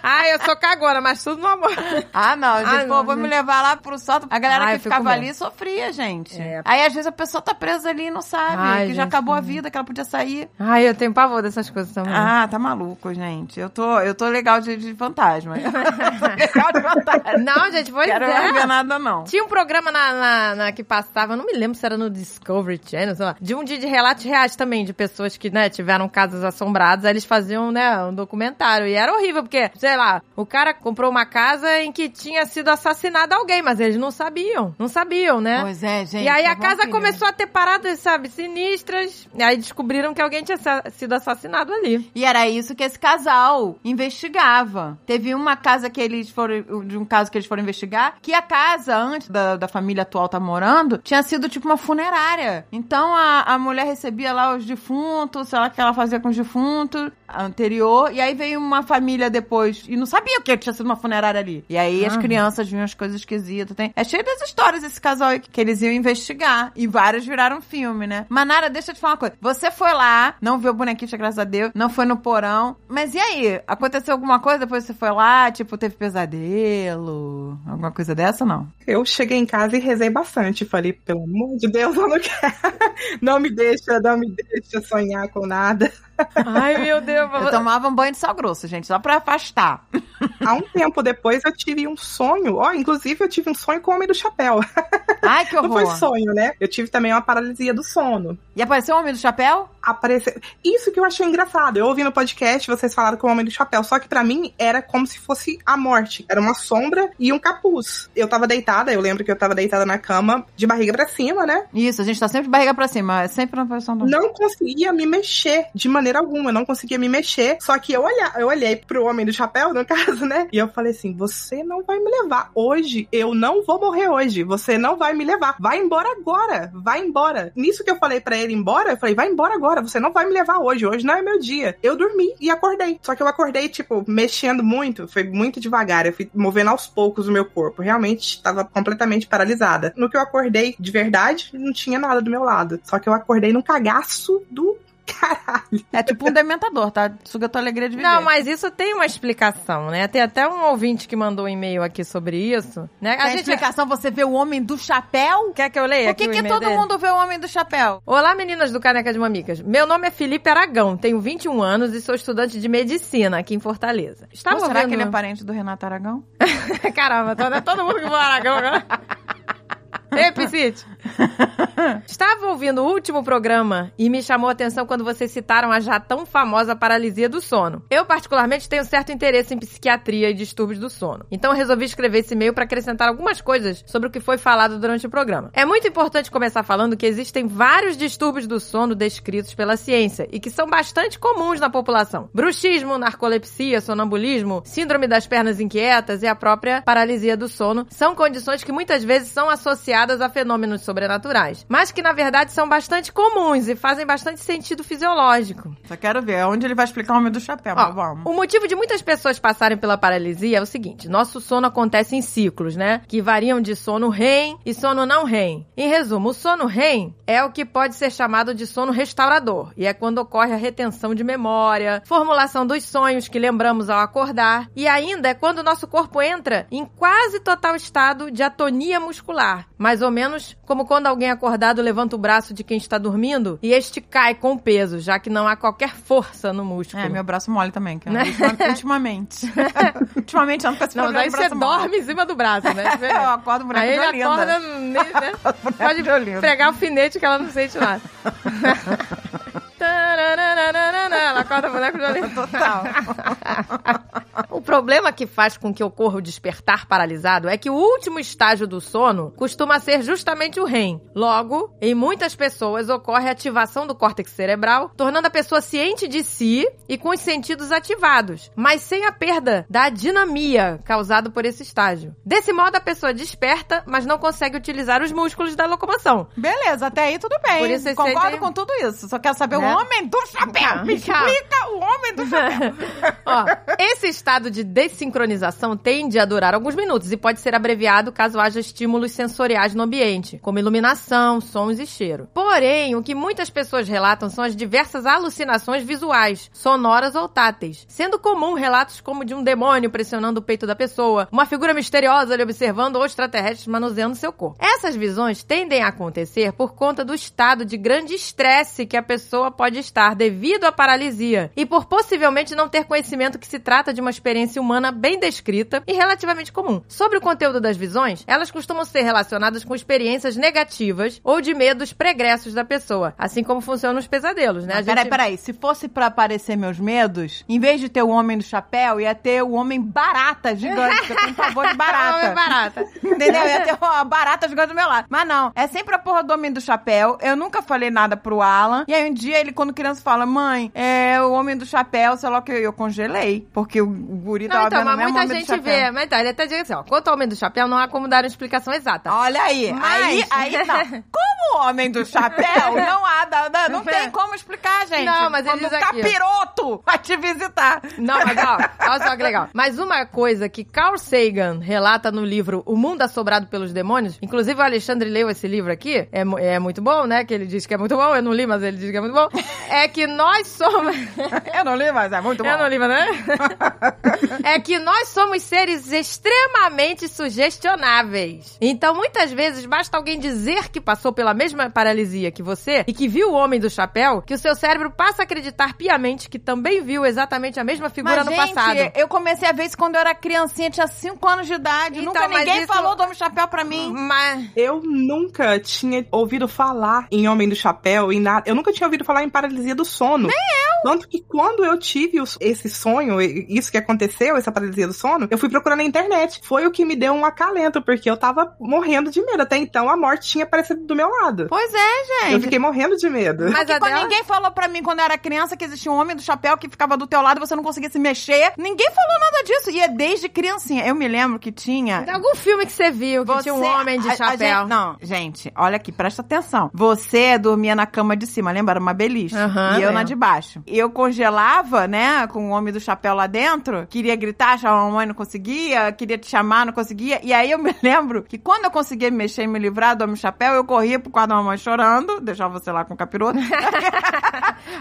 Speaker 1: Ai, eu sou cagona, mas tudo no amor.
Speaker 2: Ah, não, gente,
Speaker 1: [laughs] Ah,
Speaker 2: pô,
Speaker 1: não,
Speaker 2: vou
Speaker 1: né?
Speaker 2: me levar lá pro sótão. A galera
Speaker 1: Ah, eu
Speaker 2: que
Speaker 1: fico
Speaker 2: ficava
Speaker 1: com
Speaker 2: ali sofria, gente.
Speaker 1: É.
Speaker 2: Aí às vezes a pessoa tá presa ali e não sabe,
Speaker 1: Ai,
Speaker 2: que já
Speaker 1: gente, É.
Speaker 2: acabou a vida, que ela podia sair.
Speaker 1: Ai, eu tenho pavor dessas coisas também.
Speaker 2: Ah, tá maluco, gente. Eu tô, eu tô legal de, de fantasma. [laughs]
Speaker 1: [laughs]
Speaker 2: legal de fantasma.
Speaker 1: Não, gente, pois
Speaker 2: Quero
Speaker 1: é.
Speaker 2: não enganada, não.
Speaker 1: Tinha um programa na, na- na que passava, eu não me lembro se era no Discovery Channel, sei lá, de um dia de relatos reais também, de pessoas que, né, tiveram casas assombradas, aí eles faziam, né, um documentário. E era horrível, porque, sei lá, o cara comprou uma casa em que tinha sido assassinado alguém, mas eles não sabiam, não sabiam, né?
Speaker 2: Pois é, gente.
Speaker 1: e aí
Speaker 2: tá
Speaker 1: a
Speaker 2: bom,
Speaker 1: casa
Speaker 2: filho.
Speaker 1: começou a ter paradas, sabe, sinistras. E aí descobriram que alguém tinha sa- sido assassinado ali.
Speaker 2: E era isso que esse casal investigava. Teve uma casa que eles foram. De um caso que eles foram investigar, que a casa, antes da, da família atual tá morando, tinha sido tipo uma funerária. Então a, a mulher recebia lá os defuntos, sei lá o que ela fazia com os defuntos a anterior. E aí veio uma família depois e não sabia o que tinha sido uma funerária ali. E aí as
Speaker 1: Ah.
Speaker 2: crianças viam as coisas esquisitas. Tem... É cheio das histórias esse casal aí que eles iam investigar. E vários viraram filme, né? Manara, deixa eu te falar uma coisa. Você foi lá, não viu o bonequista, graças a Deus, não foi no porão. Mas e aí? Aconteceu alguma coisa depois que você foi lá? Tipo, teve pesadelo? Alguma coisa dessa, não?
Speaker 4: Eu cheguei em casa e rezei bastante. Falei, pelo amor de Deus, eu não quero. [laughs] Não me deixa, não me deixa sonhar com nada.
Speaker 1: [laughs] Ai, meu Deus.
Speaker 2: Eu tomava um banho de sal grosso, gente, só pra afastar.
Speaker 4: Há um tempo depois eu tive um sonho. Ó, inclusive eu tive um sonho com o Homem do Chapéu.
Speaker 2: Ai, que
Speaker 4: Não foi
Speaker 2: horror.
Speaker 4: sonho, né? Eu tive também uma paralisia do sono.
Speaker 2: E apareceu o homem do chapéu?
Speaker 4: apareceu. Isso que eu achei engraçado. Eu ouvi no podcast, vocês falaram com o Homem do Chapéu, só que pra mim era como se fosse a morte. Era uma sombra e um capuz. Eu tava deitada, eu lembro que eu tava deitada na cama, de barriga pra cima, né?
Speaker 2: Isso, a gente tá sempre de barriga pra cima, é sempre uma pessoa do...
Speaker 4: Não conseguia me mexer de maneira alguma, eu não conseguia me mexer. Só que eu, olha, eu olhei pro Homem do Chapéu, no [laughs] caso, né? E eu falei assim: você não vai me levar hoje, eu não vou morrer hoje, você não vai me levar. Vai embora agora, vai embora. Nisso que eu falei pra ele ir embora, eu falei: vai embora agora, você não vai me levar hoje, hoje não é meu dia. Eu dormi e acordei. Só que eu acordei, tipo, mexendo muito, foi muito devagar, eu fui movendo aos poucos o meu corpo. Realmente tava completamente paralisada. No que eu acordei de verdade, não tinha nada do meu lado. Só que eu acordei num cagaço do
Speaker 2: É tipo um dementador, tá? Suga tua alegria de viver.
Speaker 1: Não, mas isso tem uma explicação, né? Tem até um ouvinte que mandou um e-mail aqui sobre isso, né?
Speaker 2: A
Speaker 1: A gente
Speaker 2: explicação, você vê o homem do chapéu?
Speaker 1: quer que eu leia
Speaker 2: Por
Speaker 1: aqui
Speaker 2: que,
Speaker 1: o
Speaker 2: que
Speaker 1: e-mail
Speaker 2: todo
Speaker 1: dele?
Speaker 2: mundo vê o homem do chapéu?
Speaker 1: Olá, meninas do Caneca de Mamicas. Meu nome é Felipe Aragão, tenho 21 anos e sou estudante de medicina aqui em Fortaleza. Estava
Speaker 2: Ou será
Speaker 1: ouvindo-
Speaker 2: que ele é parente do Renato Aragão?
Speaker 1: [laughs] Caramba, todo, é todo mundo que fala Aragão agora. Ei, Piscite. Estava ouvindo o último programa e me chamou a atenção quando vocês citaram a já tão famosa paralisia do sono. Eu, particularmente, tenho certo interesse em psiquiatria e distúrbios do sono. Então, eu resolvi escrever esse e-mail para acrescentar algumas coisas sobre o que foi falado durante o programa. É muito importante começar falando que existem vários distúrbios do sono descritos pela ciência e que são bastante comuns na população. Bruxismo, narcolepsia, sonambulismo, síndrome das pernas inquietas e a própria paralisia do sono são condições que muitas vezes são associadas a fenômenos sobrenaturais, mas que na verdade são bastante comuns e fazem bastante sentido fisiológico.
Speaker 2: Só quero ver onde ele vai explicar o homem do chapéu,
Speaker 1: Ó,
Speaker 2: mas vamos.
Speaker 1: O motivo de muitas pessoas passarem pela paralisia é o seguinte: nosso sono acontece em ciclos, né? Que variam de sono REM e sono não REM. Em resumo, o sono REM é o que pode ser chamado de sono restaurador, e é quando ocorre a retenção de memória, formulação dos sonhos que lembramos ao acordar, e ainda é quando o nosso corpo entra em quase total estado de atonia muscular, mais ou menos como quando alguém acordado levanta o braço de quem está dormindo e este cai com peso, já que não há qualquer força no músculo.
Speaker 2: É, meu braço mole também, cara.
Speaker 1: [laughs]
Speaker 2: Ultima- Ultimamente. ultimamente eu ando com esse
Speaker 1: Né? Não,
Speaker 2: problema
Speaker 1: daí você
Speaker 2: de braço mole. É,
Speaker 1: dorme em cima do braço,
Speaker 2: [laughs]
Speaker 1: né?
Speaker 2: Eu acordo boneca
Speaker 1: Aí
Speaker 2: de
Speaker 1: ele
Speaker 2: Olinda.
Speaker 1: acorda,
Speaker 2: [laughs]
Speaker 1: ne- né?
Speaker 2: Boneca
Speaker 1: Pode
Speaker 2: de Olinda.
Speaker 1: pregar alfinete que ela não sente
Speaker 2: [laughs]
Speaker 1: nada. [laughs] Tararararararara, Ela acorda boneco de Olinda.
Speaker 2: Total.
Speaker 1: [laughs] O problema que faz com que ocorra o despertar paralisado é que o último estágio do sono costuma ser justamente o REM. Logo, em muitas pessoas ocorre a ativação do córtex cerebral, tornando a pessoa ciente de si e com os sentidos ativados, mas sem a perda da dinamia causada por esse estágio. Desse modo, a pessoa desperta, mas não consegue utilizar os músculos da locomoção.
Speaker 2: Beleza, até aí tudo bem.
Speaker 1: Por isso vocês
Speaker 2: Concordo
Speaker 1: sentem-
Speaker 2: com tudo isso. Só quero saber
Speaker 1: Né?
Speaker 2: o homem do chapéu. Me
Speaker 1: Tchau.
Speaker 2: explica o homem do chapéu.
Speaker 1: [laughs] Ó, esse estado de desincronização tende a durar alguns minutos e pode ser abreviado caso haja estímulos sensoriais no ambiente, como iluminação, sons e cheiro. Porém, o que muitas pessoas relatam são as diversas alucinações visuais, sonoras ou táteis, sendo comum relatos como de um demônio pressionando o peito da pessoa, uma figura misteriosa lhe observando ou extraterrestres manuseando seu corpo. Essas visões tendem a acontecer por conta do estado de grande estresse que a pessoa pode estar devido à paralisia e por possivelmente não ter conhecimento que se trata de uma experiência humana bem descrita e relativamente comum. Sobre o conteúdo das visões, elas costumam ser relacionadas com experiências negativas ou de medos pregressos da pessoa, assim como funcionam os pesadelos, né? A
Speaker 2: Ah, Peraí,
Speaker 1: gente-
Speaker 2: peraí. Se fosse pra aparecer meus medos, em vez de ter o homem do chapéu, ia ter o homem barata gigante. que Eu tenho um pavor de barata.
Speaker 1: [laughs] Homem Ah, é
Speaker 2: [laughs]
Speaker 1: barata.
Speaker 2: Entendeu? Ia ter uma barata jogando do meu lado. Mas não, é sempre a porra do Homem do Chapéu. Eu nunca falei nada pro Alan. E aí um dia ele, quando criança, fala: Mãe, é o Homem do Chapéu, sei lá o que eu, eu congelei. Porque o guri
Speaker 1: Não,
Speaker 2: tava
Speaker 1: então,
Speaker 2: vendo
Speaker 1: mas
Speaker 2: mesmo o
Speaker 1: muita
Speaker 2: Homem do
Speaker 1: gente
Speaker 2: Chapéu.
Speaker 1: vê. Mas tá, ele até diz assim, ó. Quanto ao Homem do Chapéu, não há como dar uma explicação exata.
Speaker 2: Olha aí,
Speaker 1: Mas-
Speaker 2: aí, aí [laughs] não. Como o homem do chapéu não há, da- da- não [laughs] tem como explicar, gente.
Speaker 1: Não, mas ele diz
Speaker 2: Quando o
Speaker 1: aqui, ó.
Speaker 2: capiroto vai te visitar.
Speaker 1: Não, mas ó, olha só que legal. Mas uma coisa que Carl Sagan relata no livro O Mundo Assobrado pelos Demônios, inclusive o Alexandre leu esse livro aqui, é, mu- é muito bom, né? Que ele diz que é muito bom, eu não li, mas ele diz que é muito bom. É que nós somos.
Speaker 2: Eu não li, mas é muito bom.
Speaker 1: Eu não li, mas né? [laughs] é que nós somos seres extremamente sugestionáveis. Então, muitas vezes, basta alguém dizer que passou pela mesma paralisia que você e que viu o homem do chapéu, que o seu cérebro passa a acreditar piamente que também viu exatamente a mesma figura
Speaker 2: mas,
Speaker 1: no
Speaker 2: gente, é
Speaker 1: passado.
Speaker 2: eu comecei a ver isso quando eu era criancinha, tinha 5 anos de idade.
Speaker 1: Então,
Speaker 2: Nunca
Speaker 1: mas
Speaker 2: ninguém
Speaker 1: isso-
Speaker 2: falou do Homem do Chapéu pra mim.
Speaker 1: Mas.
Speaker 4: Eu nunca tinha ouvido falar em Homem do Chapéu, em nada. Eu nunca tinha ouvido falar em paralisia do sono. Nem eu! Tanto que quando eu tive os- esse sonho, e- isso que aconteceu, essa paralisia do sono, eu fui procurar na internet. Foi o que me deu um acalento, porque eu tava morrendo de medo. Até então a morte tinha aparecido do meu lado.
Speaker 2: Pois é,
Speaker 4: Eu
Speaker 2: gente.
Speaker 4: fiquei morrendo de medo.
Speaker 1: Mas a
Speaker 2: Quando
Speaker 1: dela.
Speaker 2: ninguém falou pra mim quando eu era criança que existia um homem do chapéu que ficava do teu lado e você não conseguia se mexer. Ninguém falou nada disso. E é desde criancinha. Eu me lembro que tinha.
Speaker 1: Tem algum filme que você viu que tinha um homem de
Speaker 2: a- a
Speaker 1: chapéu?
Speaker 2: gente- não, gente, olha aqui, presta atenção. Você dormia na cama de cima, lembra? Era uma beliche.
Speaker 1: Aham,
Speaker 2: e eu na
Speaker 1: lembro.
Speaker 2: de baixo. E eu congelava, né, com o homem do chapéu lá dentro. Queria gritar, chamar a mamãe, não conseguia. Queria te chamar, não conseguia. E aí eu me [laughs] lembro que quando eu conseguia me mexer e me livrar do homem do chapéu, eu corria pro quarto da mamãe chorando. Deixava você lá com o capiroto. [laughs]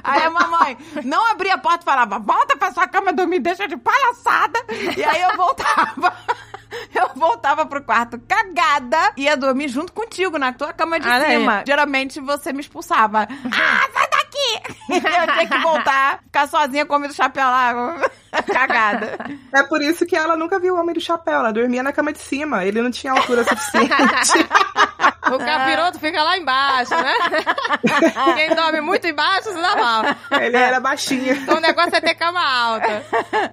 Speaker 2: aí a mamãe não abria a porta e falava, volta pra sua cama dormir, deixa de palhaçada. E aí eu voltava. [laughs] Eu voltava pro quarto cagada e ia dormir junto contigo na tua cama de
Speaker 1: Olha aí.
Speaker 2: cima. Geralmente você me expulsava.
Speaker 1: [laughs]
Speaker 2: Ah, sai daqui! [laughs] eu tinha que voltar, ficar sozinha com o homem do chapéu lá, [laughs] cagada.
Speaker 4: É por isso que ela nunca viu o Homem do Chapéu. Ela dormia na cama de cima. Ele não tinha altura [laughs] suficiente.
Speaker 1: O capiroto fica lá embaixo,
Speaker 2: [laughs]
Speaker 1: né? Quem dorme muito embaixo se dá mal.
Speaker 4: Ele era baixinho.
Speaker 1: Então o negócio é ter cama alta.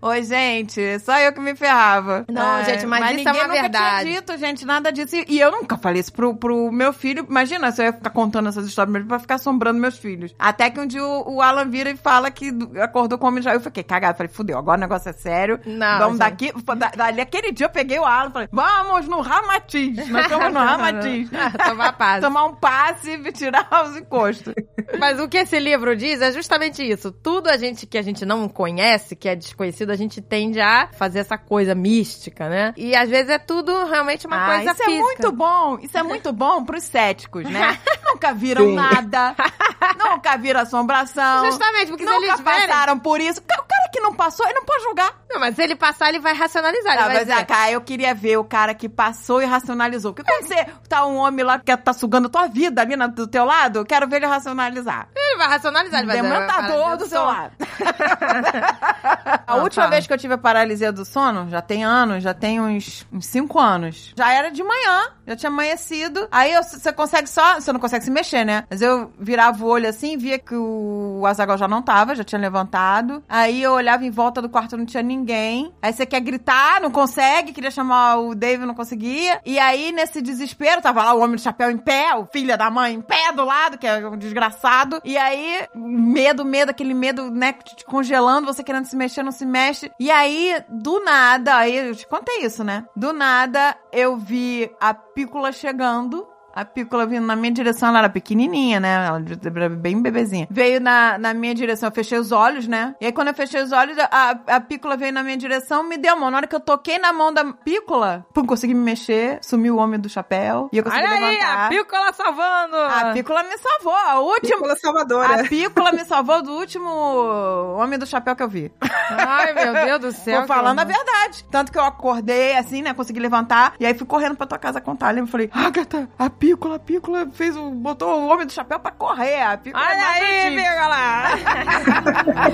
Speaker 2: Ô, gente, só eu que me ferrava.
Speaker 1: Não, gente, mas isso é
Speaker 2: ninguém
Speaker 1: uma
Speaker 2: nunca
Speaker 1: verdade.
Speaker 2: tinha dito, gente, nada disso. E, e eu nunca falei isso pro, pro meu filho. Imagina se eu ia ficar contando essas histórias mesmo pra ficar assombrando meus filhos. Até que um dia o, o Alan vira e fala que do- acordou com o homem já. Eu fiquei cagada. Falei, fudeu, agora o negócio é sério.
Speaker 1: Não, gente.
Speaker 2: Vamos daqui.
Speaker 1: [laughs]
Speaker 2: da- Dali, aquele dia eu peguei o Alan e falei, vamos no Ramatiz. Nós estamos no Ramatiz.
Speaker 1: Tomar paz.
Speaker 2: Tomar um passe e tirar os encostos.
Speaker 1: Mas o que esse livro diz é justamente isso. Tudo a gente que a gente não conhece, que é desconhecido, a gente tende a fazer essa coisa mística, né? E às vezes é tudo realmente uma
Speaker 2: Ah,
Speaker 1: coisa
Speaker 2: isso
Speaker 1: física.
Speaker 2: é muito bom. Isso é muito bom pros céticos, né? Nunca viram
Speaker 4: Sim.
Speaker 2: nada. [laughs] Nunca viram assombração.
Speaker 1: Justamente, porque se
Speaker 2: Nunca
Speaker 1: eles verem...
Speaker 2: passaram por isso. O cara que não passou, ele não pode julgar.
Speaker 1: Não, mas se ele passar, ele vai racionalizar. Tá, ele
Speaker 2: Ah,
Speaker 1: vai
Speaker 2: mas
Speaker 1: dizer,
Speaker 2: ah, cara, eu queria ver o cara que passou e racionalizou. Porque quando você tá um homem lá que tá sugando tua vida ali na- do teu lado, eu quero ver ele racionalizar.
Speaker 1: ele vai racionalizar. Ele vai dizer,
Speaker 2: Dementador
Speaker 1: "Ah,
Speaker 2: do
Speaker 1: eu
Speaker 2: seu
Speaker 1: sou-
Speaker 2: lado. a
Speaker 1: Ah,
Speaker 2: última
Speaker 1: tá.
Speaker 2: vez que eu tive a paralisia do sono, já tem anos, já tem uns, uns cinco anos. Já era de manhã, já tinha amanhecido. Aí eu- você consegue só. Você não consegue se mexer, né? Mas eu virava o olho assim, via que o Azagal já não tava, já tinha levantado. Aí eu olhava em volta do quarto, não tinha ninguém. Aí você quer gritar, não consegue, queria chamar o David, não conseguia. E aí, nesse desespero, tava lá o homem do chapéu em pé, o filho da mãe em pé do lado, que é um desgraçado. E aí, medo, medo, aquele medo, né, te te congelando, você querendo se mexer, não se mexe. E aí, do nada, aí eu te contei isso, né? Do nada, eu vi a pícola chegando. A pícola vindo na minha direção, ela era pequenininha, né? Ela era bem bebezinha. Veio na, na minha direção, eu fechei os olhos, né? E aí, quando eu fechei os olhos, a, a pícola veio na minha direção, me deu a mão. Na hora que eu toquei na mão da pícola, pum, consegui me mexer, sumiu o homem do chapéu. E eu consegui
Speaker 1: Olha aí,
Speaker 2: levantar.
Speaker 1: a pícola salvando!
Speaker 2: A pícola me salvou, a última.
Speaker 4: Pícola Salvadora.
Speaker 2: A pícola me salvou do último homem do chapéu que eu vi.
Speaker 1: Ai, meu Deus do céu.
Speaker 2: Tô falando a
Speaker 1: que horror.
Speaker 2: verdade. Tanto que eu acordei, assim, né? Consegui levantar. E aí fui correndo pra tua casa contar. Lembra? Falei, Agatha, a pícola, a pícola fez o. botou o homem do chapéu pra correr. A pícola. é
Speaker 1: Olha aí, pícola!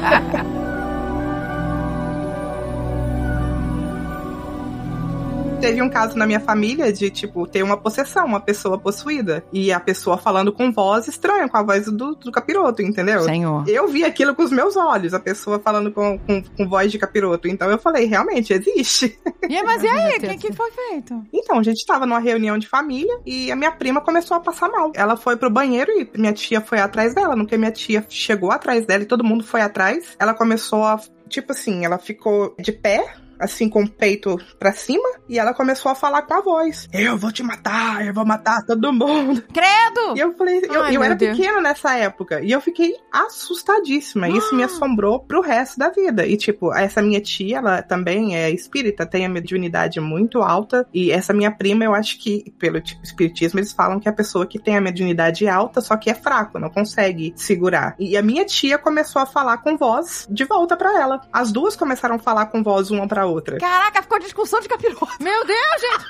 Speaker 4: Teve um caso na minha família de, tipo, ter uma possessão, uma pessoa possuída. E a pessoa falando com voz estranha, com a voz do, do capiroto, entendeu?
Speaker 2: Senhor.
Speaker 4: Eu vi aquilo com os meus olhos, a pessoa falando com, com, com voz de capiroto. Então eu falei, realmente, existe.
Speaker 2: E aí, mas e aí? O
Speaker 1: Deus.
Speaker 2: que, que foi feito?
Speaker 4: Então, a gente tava numa reunião de família e a minha prima começou a passar mal. Ela foi pro banheiro e minha tia foi atrás dela. No que minha tia chegou atrás dela e todo mundo foi atrás, ela começou a. Tipo assim, ela ficou de pé. Assim, com o peito pra cima, e ela começou a falar com a voz: Eu vou te matar, eu vou matar todo mundo.
Speaker 2: Credo!
Speaker 4: E eu falei, eu,
Speaker 1: Ai,
Speaker 4: eu
Speaker 1: meu
Speaker 4: era
Speaker 1: Deus.
Speaker 4: pequena nessa época. E eu fiquei assustadíssima. E
Speaker 1: Ah!
Speaker 4: Isso me assombrou pro resto da vida. E, tipo, essa minha tia, ela também é espírita, tem a mediunidade muito alta. E essa minha prima, eu acho que, pelo tipo, espiritismo, eles falam que é a pessoa que tem a mediunidade alta, só que é fraco, não consegue segurar. E a minha tia começou a falar com voz de volta pra ela. As duas começaram a falar com voz uma pra outra.
Speaker 2: Caraca, ficou discussão de capiroto.
Speaker 1: Meu Deus, gente!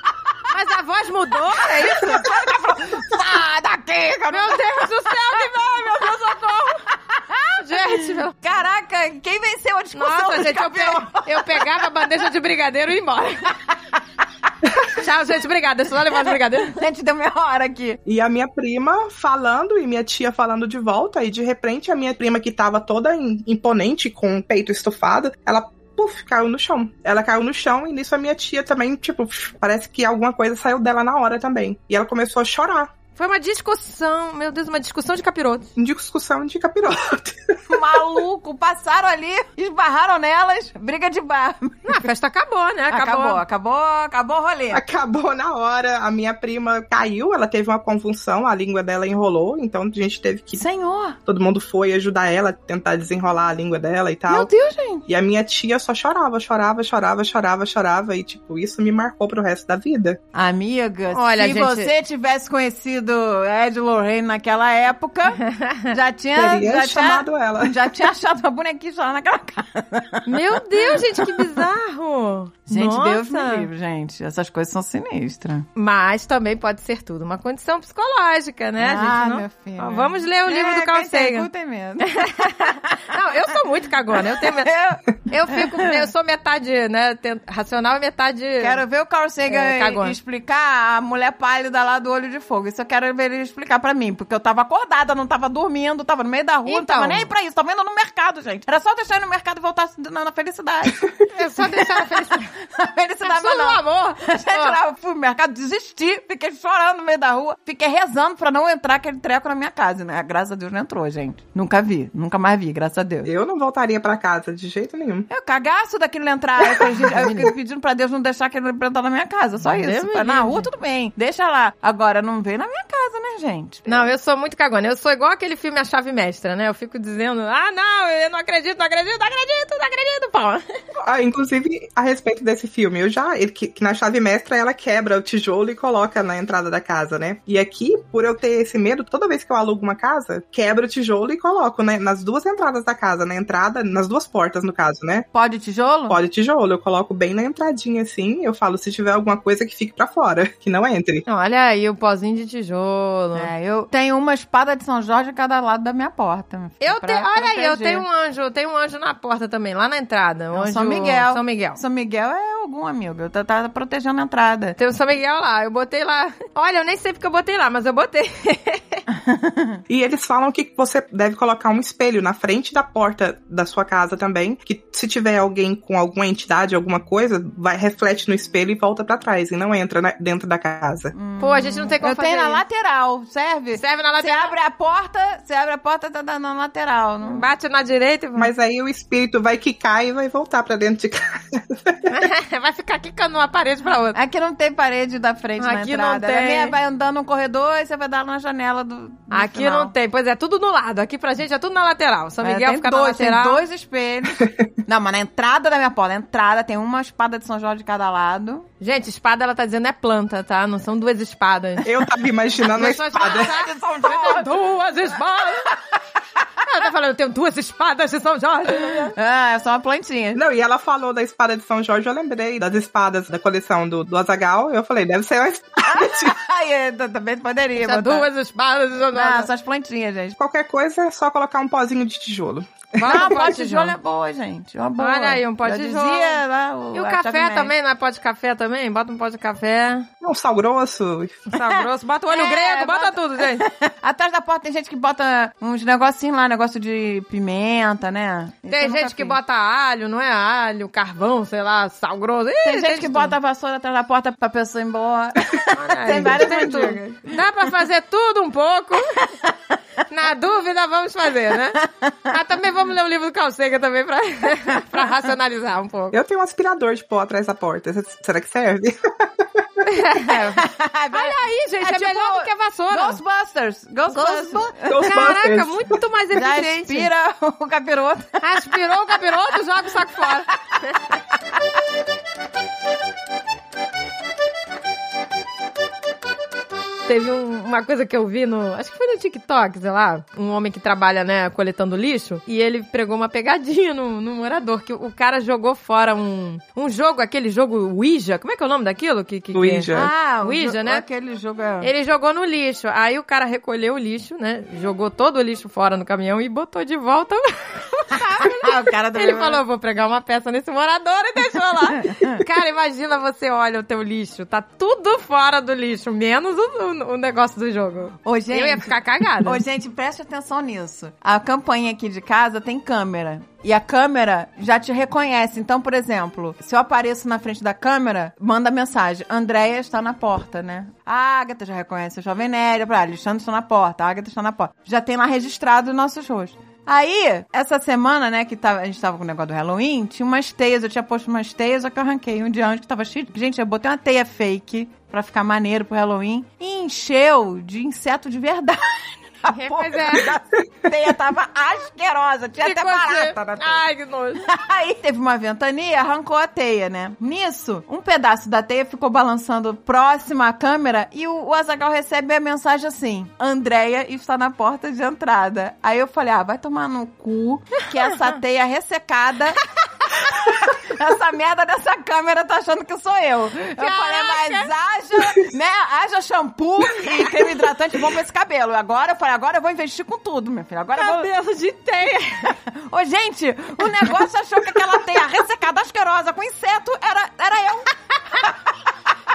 Speaker 1: Mas a voz mudou? É isso? Ah,
Speaker 2: Sai daqui, cara!
Speaker 1: Meu Deus do céu, que vai, meu Deus, socorro! Gente, meu...
Speaker 2: Caraca, quem venceu a discussão?
Speaker 1: Nossa,
Speaker 2: dos
Speaker 1: gente, eu, pe-
Speaker 2: capirotos?
Speaker 1: eu pegava a bandeja de brigadeiro e ia embora. Tchau, gente, obrigada. Deixa eu só levar os brigadeiros.
Speaker 2: Gente, deu meia hora aqui.
Speaker 4: E a minha prima falando e minha tia falando de volta, e de repente a minha prima, que tava toda im- imponente, com o peito estufado, ela. Puf, caiu no chão. Ela caiu no chão e nisso a minha tia também, tipo, pf, parece que alguma coisa saiu dela na hora também. E ela começou a chorar.
Speaker 1: Foi uma discussão, meu Deus, uma discussão de capiroto.
Speaker 4: Em discussão de capiroto.
Speaker 2: Maluco, passaram ali, esbarraram nelas, briga de bar.
Speaker 1: Não, a festa acabou, né?
Speaker 2: Acabou, acabou, acabou o rolê.
Speaker 4: [laughs] Acabou na hora. A minha prima caiu, ela teve uma convulsão, a língua dela enrolou, então a gente teve que.
Speaker 2: Senhor,
Speaker 4: Todo mundo foi ajudar ela, tentar desenrolar a língua dela e tal.
Speaker 2: meu Deus, gente.
Speaker 4: E a minha tia só chorava, chorava, chorava, chorava, chorava. E, tipo, isso me marcou pro resto da vida.
Speaker 2: Amiga,
Speaker 1: Olha,
Speaker 2: se
Speaker 1: gente-
Speaker 2: você tivesse conhecido Ed Lorraine
Speaker 1: [laughs]
Speaker 2: naquela época, já tinha,
Speaker 4: Teria
Speaker 2: já, tinha,
Speaker 4: chamado ela.
Speaker 2: já tinha achado uma bonequinha lá naquela casa.
Speaker 1: Meu Deus, gente, que bizarro!
Speaker 2: Gente,
Speaker 1: Nossa.
Speaker 2: Deus me livre, gente. Essas coisas são sinistras.
Speaker 1: Mas também pode ser tudo uma condição psicológica, né,
Speaker 2: ah,
Speaker 1: gente? Não...
Speaker 2: meu filho.
Speaker 1: Ó, Vamos ler o livro
Speaker 2: É,
Speaker 1: do Carl
Speaker 2: quem tem
Speaker 1: Sagan.
Speaker 2: cu tem medo.
Speaker 1: [laughs] Não, eu sou muito cagona. Eu, tenho...
Speaker 2: Eu
Speaker 1: eu fico. Eu sou metade, né? ten- Racional e metade. [laughs]
Speaker 2: quero ver o Carl Sagan
Speaker 1: É, cagona.
Speaker 2: explicar a mulher pálida lá do olho de fogo. Isso eu quero ver ele explicar pra mim, porque eu tava acordada, não tava dormindo, tava no meio da rua, não
Speaker 1: Então.
Speaker 2: tava nem aí pra isso, tava indo no mercado, gente. Era só deixar ir no mercado e voltar na, na felicidade.
Speaker 1: É só deixar a [laughs] felicidade.
Speaker 2: na [laughs] felicidade,
Speaker 1: Só no
Speaker 2: não.
Speaker 1: [laughs] amor.
Speaker 2: Gente, lá, eu fui no mercado, desisti, fiquei chorando no meio da rua, fiquei rezando pra não entrar aquele treco na minha casa, né? Graças a Deus não entrou, gente. Nunca vi, nunca mais vi, graças a Deus.
Speaker 4: Eu não voltaria pra casa de jeito nenhum.
Speaker 2: Eu cagaço daquilo entrar. Eu, falei, gente, eu fiquei pedindo pra Deus não deixar aquilo entrar na minha casa. Só isso.
Speaker 1: Deus me
Speaker 2: Pra- na
Speaker 1: livre.
Speaker 2: rua, tudo bem. Deixa lá. Agora, não vem na minha casa, né, gente?
Speaker 1: Não, eu sou muito cagona. Eu sou igual aquele filme A Chave Mestra, né? Eu fico dizendo, ah, não, eu não acredito, não acredito, não acredito, não acredito, pô.
Speaker 4: Ah, inclusive, a respeito desse filme, eu já. ele- que, que na chave mestra ela quebra o tijolo e coloca na entrada da casa, né? E aqui, por eu ter esse medo, toda vez que eu alugo uma casa, quebro o tijolo e coloco, né? Nas duas entradas da casa, na entrada, nas duas portas, no caso, né?
Speaker 2: Pode tijolo?
Speaker 4: Pode tijolo, eu coloco bem na entradinha assim, eu falo, se tiver alguma coisa que fique pra fora, [laughs] que não entre.
Speaker 1: Olha aí o pozinho de tijolo.
Speaker 2: É, eu tenho uma espada de São Jorge a cada lado da minha porta.
Speaker 1: Eu
Speaker 2: Pra
Speaker 1: te, olha aí, eu
Speaker 2: proteger.
Speaker 1: tenho um anjo, eu tenho um anjo na porta também, lá na entrada. Um
Speaker 2: Não,
Speaker 1: anjo,
Speaker 2: São Miguel.
Speaker 1: São Miguel.
Speaker 2: São Miguel é algum amigo. Eu tá, tá protegendo a entrada.
Speaker 1: Tem o São Miguel lá, eu botei lá. Olha, eu nem sei porque eu botei lá, mas eu botei.
Speaker 4: E eles falam que você deve colocar um espelho na frente da porta da sua casa também, que se tiver alguém com alguma entidade, alguma coisa, vai reflete no espelho e volta pra trás e não entra na- dentro da casa.
Speaker 1: Pô, a gente não tem como
Speaker 2: Eu
Speaker 1: fazer
Speaker 2: tenho na
Speaker 1: isso.
Speaker 2: lateral, serve?
Speaker 1: Serve na
Speaker 2: Você
Speaker 1: lateral,
Speaker 2: abre a porta, você abre a porta, tá na, na lateral. Não...
Speaker 1: bate na direita e
Speaker 4: Mas aí o espírito vai quicar e vai voltar pra dentro de casa.
Speaker 1: [laughs]
Speaker 4: [laughs]
Speaker 1: vai ficar quicando uma parede pra outra.
Speaker 2: Aqui não tem parede da frente na
Speaker 1: Aqui não
Speaker 2: entrada.
Speaker 1: tem.
Speaker 2: A minha vai andando no corredor e você vai dar na janela do. do
Speaker 1: Aqui
Speaker 2: final.
Speaker 1: não tem, pois é, tudo no lado. Aqui pra gente é tudo na lateral. São
Speaker 2: É,
Speaker 1: Miguel
Speaker 2: tem
Speaker 1: fica
Speaker 2: dois,
Speaker 1: na lateral.
Speaker 2: Tem
Speaker 1: [laughs]
Speaker 2: dois espelhos. não, mas na entrada da minha porta, na entrada tem uma espada de São Jorge de cada lado.
Speaker 1: Gente, espada ela tá dizendo é planta, tá? Não são duas espadas.
Speaker 4: [laughs] Eu tava imaginando a
Speaker 1: Pessoas
Speaker 4: espada.
Speaker 2: [laughs]
Speaker 1: falam, "Ah, eu tenho duas espadas. [laughs] Ela tá falando, eu tenho duas espadas de São Jorge.
Speaker 2: Ah, é só uma
Speaker 1: né?
Speaker 2: plantinha.
Speaker 4: Não, e ela falou da espada de São Jorge, eu lembrei das espadas da coleção do, do Azagal. Eu falei, deve ser uma espada de
Speaker 2: [laughs] Aí, eu t- também poderia.
Speaker 1: Tinha
Speaker 2: Botar.
Speaker 1: duas espadas de São
Speaker 2: Não,
Speaker 1: Jorge.
Speaker 2: só as plantinhas, gente.
Speaker 4: Qualquer coisa é só colocar um pozinho de tijolo.
Speaker 1: Bota
Speaker 2: Não,
Speaker 1: um
Speaker 2: pó de
Speaker 1: de
Speaker 2: tijolo é
Speaker 1: João.
Speaker 2: boa, gente. Uma boa.
Speaker 1: Olha aí, um pó
Speaker 2: Já
Speaker 1: de
Speaker 2: dizia
Speaker 1: tijolo.
Speaker 2: lá o-
Speaker 1: E o
Speaker 2: a
Speaker 1: café
Speaker 2: Chave
Speaker 1: também, não é pó de café também? Bota um pó de café,
Speaker 4: Um sal grosso.
Speaker 1: sal grosso, bota o olho
Speaker 2: É,
Speaker 1: grego, bota
Speaker 2: bota-
Speaker 1: tudo, gente.
Speaker 2: Mestre. Atrás da porta tem gente que bota uns negocinhos lá, negócio de pimenta, né? Isso eu
Speaker 1: Tem
Speaker 2: nunca
Speaker 1: gente que
Speaker 2: fiz.
Speaker 1: bota alho, não é alho, carvão, sei lá, sal grosso. Ih,
Speaker 2: Tem gente
Speaker 1: de
Speaker 2: que
Speaker 1: tudo.
Speaker 2: bota a vassoura atrás da porta pra pessoa ir [laughs] embora.
Speaker 1: Olha aí.
Speaker 2: Tem várias
Speaker 1: Tem tudo.
Speaker 2: mandigas.
Speaker 1: Dá pra fazer tudo um
Speaker 2: [laughs]
Speaker 1: pouco. Na dúvida, vamos fazer, né? Mas também vamos ler o livro do Calcega também pra, [laughs] pra racionalizar um pouco.
Speaker 4: Eu tenho um aspirador de pó atrás da porta. C- Será que serve? [laughs]
Speaker 2: [laughs]
Speaker 1: Olha aí, gente, é,
Speaker 2: É. tipo
Speaker 1: melhor do que a vassoura.
Speaker 2: Ghostbusters! Ghostbusters!
Speaker 1: Caraca, muito mais
Speaker 2: Já
Speaker 1: eficiente.
Speaker 2: expira [laughs] o capiroto.
Speaker 1: Aspirou Ah, o capiroto, joga o saco fora. Teve um- uma coisa que eu vi no. Acho que foi no TikTok, sei lá. Um homem que trabalha, né, coletando lixo. E ele pregou uma pegadinha no, no morador. Que o cara jogou fora um. Um jogo, aquele jogo Ouija. Como é que é o nome daquilo? Que, que, que-
Speaker 4: Ouija.
Speaker 2: Ah,
Speaker 1: o jo-
Speaker 2: Aquele jogo é...
Speaker 1: ele jogou no lixo. Aí o cara recolheu o lixo, né? Jogou todo o lixo fora no caminhão e botou de volta.
Speaker 2: Ah, o [laughs] cara também
Speaker 1: Ele falou, vou pregar uma peça nesse morador e deixou
Speaker 2: [laughs]
Speaker 1: lá. Cara, imagina você olha o teu lixo, tá tudo fora do lixo, menos o, o- o negócio do jogo.
Speaker 2: Ô, gente.
Speaker 1: Eu ia ficar cagada.
Speaker 2: Ô, gente, preste atenção nisso. A campainha aqui de casa tem câmera. E a câmera já te reconhece. Então, por exemplo, se eu apareço na frente da câmera, manda mensagem. Andréia está na porta, né? A Agatha já reconhece o Jovem Nerd. Ah, Alexandre está na porta. A Agatha está na porta. Já tem lá registrado nossos rostos. Aí, essa semana, né, que tava- a gente tava com o negócio do Halloween, tinha umas teias, eu tinha posto umas teias, só que eu arranquei um dia antes que tava cheio. de- Gente, eu botei uma teia fake pra ficar maneiro pro Halloween e encheu de inseto de verdade. A
Speaker 1: Pois
Speaker 2: porra
Speaker 1: é.
Speaker 2: da teia tava asquerosa, tinha
Speaker 1: Ficou
Speaker 2: é até
Speaker 1: assim.
Speaker 2: barata né, na teia.
Speaker 1: Ai, que nojo.
Speaker 2: [laughs] Aí teve uma ventania, arrancou a teia, né? Nisso, um pedaço da teia ficou balançando próximo à câmera e o, o Azagal recebe a mensagem assim: Andréia está na porta de entrada. Aí eu falei: ah, vai tomar no cu que essa teia ressecada. [laughs] Essa merda dessa câmera tá achando que sou eu. Eu falei, mas haja, né? Haja shampoo e creme hidratante bom pra esse cabelo. Agora eu falei, agora eu vou investir com tudo, minha filha. Agora eu vou.
Speaker 1: Cabelo de
Speaker 2: tá-
Speaker 1: teia.
Speaker 2: Ô, gente, o negócio achou que aquela teia ressecada asquerosa com inseto era, era eu.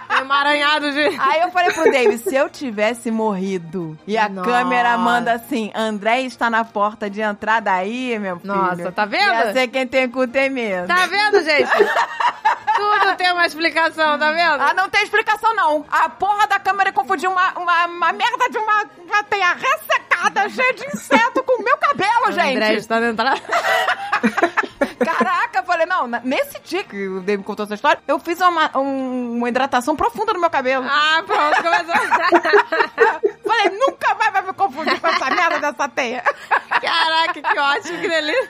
Speaker 1: Um Emaranhado de...
Speaker 2: Aí eu falei pro David, se eu tivesse morrido e a
Speaker 1: Nossa.
Speaker 2: câmera manda assim, André está na porta de entrada aí, meu filho.
Speaker 1: Nossa, tá vendo?
Speaker 2: Ia ser quem tem cu tem medo.
Speaker 1: Tá vendo, gente? Tudo tem uma explicação, tá vendo?
Speaker 2: Ah, não tem explicação, não. A porra da câmera confundiu uma, uma, uma merda de uma, uma teia ressecada, cheia de inseto com o meu cabelo, gente.
Speaker 1: André está na entrada.
Speaker 2: Caraca, eu falei, Não, na- nesse dia que o Dave me contou essa história, eu fiz uma, um- uma hidratação profunda no meu cabelo.
Speaker 1: Ah, pronto, começou.
Speaker 2: Falei, nunca mais vai me confundir com essa merda dessa teia.
Speaker 1: Caraca, que ótimo, que delícia.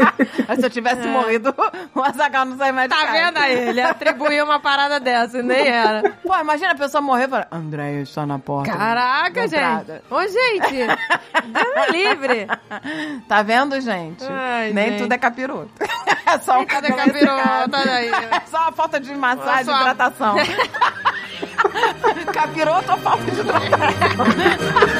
Speaker 2: [laughs] Mas se eu tivesse morrido, o Azagal não sai mais de
Speaker 1: Tá
Speaker 2: casa.
Speaker 1: vendo aí? Ele atribuiu uma parada dessa e nem era.
Speaker 2: Pô, imagina a pessoa morrer e falar, André, eu estou na porta.
Speaker 1: Caraca,
Speaker 2: da
Speaker 1: gente.
Speaker 2: entrada."
Speaker 1: Ô, gente. Deus me livre.
Speaker 2: Tá vendo, gente?
Speaker 1: Ai,
Speaker 2: Nem
Speaker 1: gente.
Speaker 2: tudo é capiroto. [laughs] É só um
Speaker 1: Coitada
Speaker 2: cabelo
Speaker 1: capirota,
Speaker 2: secado.
Speaker 1: olha [laughs] aí.
Speaker 2: Só uma falta de massagem,
Speaker 1: Só-
Speaker 2: [laughs] hidratação. capiroto ou falta de hidratação?